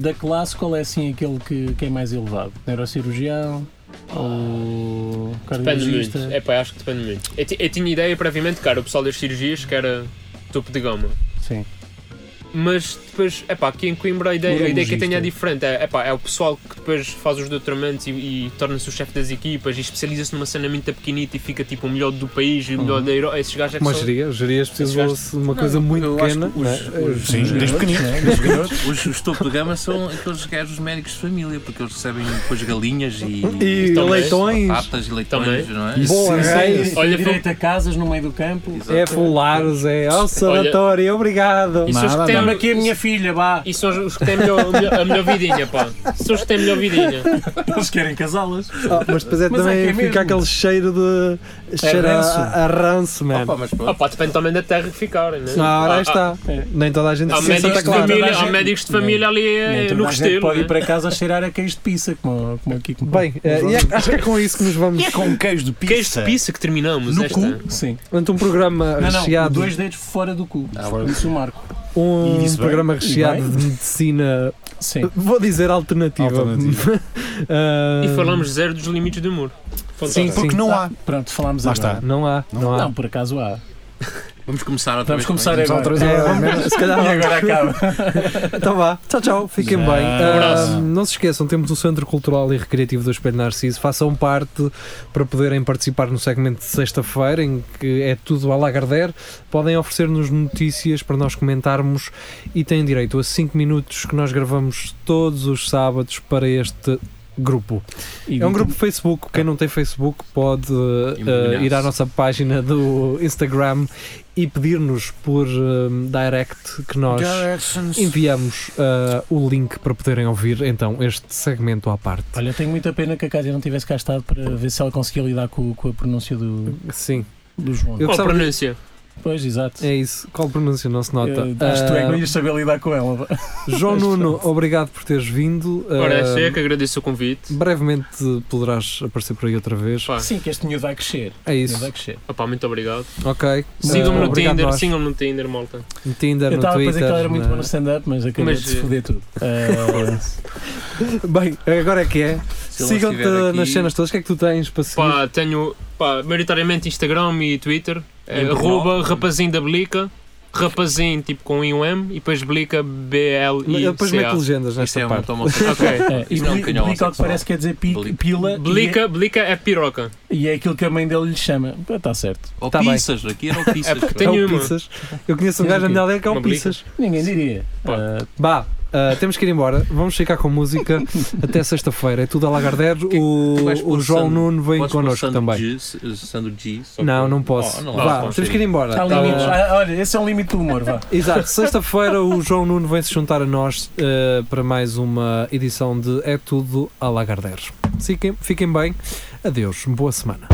da classe, qual é assim aquele que, que é mais elevado? Neurocirurgião? Ou Depende muito. É cardiologista? Epá, acho que depende muito. Eu, ti- eu tinha ideia previamente, cara, o pessoal das cirurgias que era topo de gama. Sim. Mas depois, epá, aqui em Coimbra a ideia, a ideia que eu tenho é Neurologista. diferente. É, epá, é o pessoal que depois faz os doutoramentos e, e torna-se o chefe das equipas e especializa-se numa cena muito pequenita e fica tipo o melhor do país e o melhor da Europa. Esses gajos é que Como a são- geria, gerias precisam de uma coisa muito eu acho pequena. que os- né? os- Sim, desde pequenino. Os, os topo de gama são aqueles gajos médicos de família, porque eles recebem depois galinhas e. E Também. leitões, Patas e leitões, Também. não é? boa reis, assim, Olha, Olha, direito a casas no meio do campo. Exato. é folares, é ao sanatório, obrigado. E são os que têm Chama aqui a minha filha, vá. E são os que têm a melhor, a melhor- a melhor vidinha, pá. São os que têm a melhor vidinha. Eles querem casá-las. Ah, mas depois é Mas é também que é fica mesmo. aquele cheiro de. cheiro ranço. a, a ranço, man. Opa, mas Ah, pronto. pá, depende também da terra que ficarem, né? Ah, Há- ora há- está. é. Nem toda a gente Há se sente médicos, Santa de Clara. família, Toda a há gente- médicos de família ali eh, Nem toda no então a gente Restelo. pode né? ir para casa a cheirar a queijo de pizza, como, como aqui. Como Bem, eh, e é- acho que é com isso que nos vamos. Com um queijo de pizza. Queijo de pizza que terminamos No esta. cu? Sim. Portanto, um programa Não, não, recheado. dois dedos fora do cu. Fora do Isso o Marco. Um E disse bem. programa recheado bem. de medicina. Sim. Vou dizer alternativa. Alternativa. Ah, E falamos zero dos limites do amor. Sim, Porque sim. não há. Pronto, falámos Lá agora. está. Não há, não, há. Não, por acaso há. Vamos começar outra vez. Vamos começar com isto. agora. É, vamos- se calhar E agora acaba. Então vá, tchau, tchau, fiquem Já. bem. Ah, Abraço. não se esqueçam, temos o Centro Cultural e Recreativo do Espelho Narciso. Façam parte para poderem participar no segmento de sexta-feira, em que é tudo a Lagardère. Podem oferecer-nos notícias para nós comentarmos e têm direito a 5 minutos que nós gravamos todos os sábados para este grupo. E É um grupo Facebook, quem não tem Facebook pode eh, Imaginar-se. ir à nossa página do Instagram e pedir-nos por eh, direct que nós enviamos ah, o link para poderem ouvir então este segmento à parte. Olha, tenho muita pena que a Cátia não tivesse cá estado para ver se ela conseguia lidar com, com a pronúncia do, Sim, do João. Eu Qual a gostava de- Oh, pronúncia? Pois, exato. é isso. Qual pronúncio não se nota? Eh, acho que tu é que Ah, não ias saber lidar com ela. João Nuno, obrigado por teres vindo. Ora, Ah, essa é que agradeço o convite. brevemente poderás aparecer por aí outra vez. Pá, Sim, que este miúdo vai crescer. É Miúdo isso. vai crescer. opá, muito obrigado. Ok. Sigam-me Ah, no obrigado Tinder, nós. sigam-me no Tinder, malta. No Tinder, Eu no estava a dizer Twitter. é? que ela era muito na- boa no stand-up, mas acabou Mas, de se eh, foder tudo. Eh, Bem, agora é que é. Se ele Sigam-te estiver nas aqui- cenas todas. O que é que tu tens para seguir? Pá, tenho, pá, maioritariamente Instagram e Twitter. É, arroba rapazinho da Blica. Rapazinho, tipo com I, um M. E depois Blica, Mas eu depois meto B-L-I-C-A. legendas Isto nesta é um parte. homossexual. Ok. eh, e Isso não é um canhão Bli- Blica, o que homossexual. parece que é dizer pi- Bli- pila e assim, Blica, Blica é piroca. é- e é aquilo que a mãe dele lhe chama. Está certo. Ou Tá bem. pizzas, aqui era o É pizzas. porque pá. É o Tenho uma. Pizzas. Eu conheço um Tens gajo na o quê? minha aldeia que é o Uma blica? Pizzas. Ninguém diria. Pá. Eh, Bah, ah, temos que ir embora. Vamos ficar com música até sexta-feira. É tudo a Lagardère. Que- tu vais O, pôr o João Sandro- Nuno vem Podes pôr connosco Sandro também. G, se- Sandro G. só Não, para- não posso. um Oh, não dá, Vá, vamos temos que sair. ir embora. há Ah, limites. Ah, olha, esse é um limite do humor, vá. Exato, sexta-feira o João Nuno vem se juntar a nós eh, para mais uma edição de É Tudo a Lagardère. Fiquem, fiquem bem, adeus, boa semana.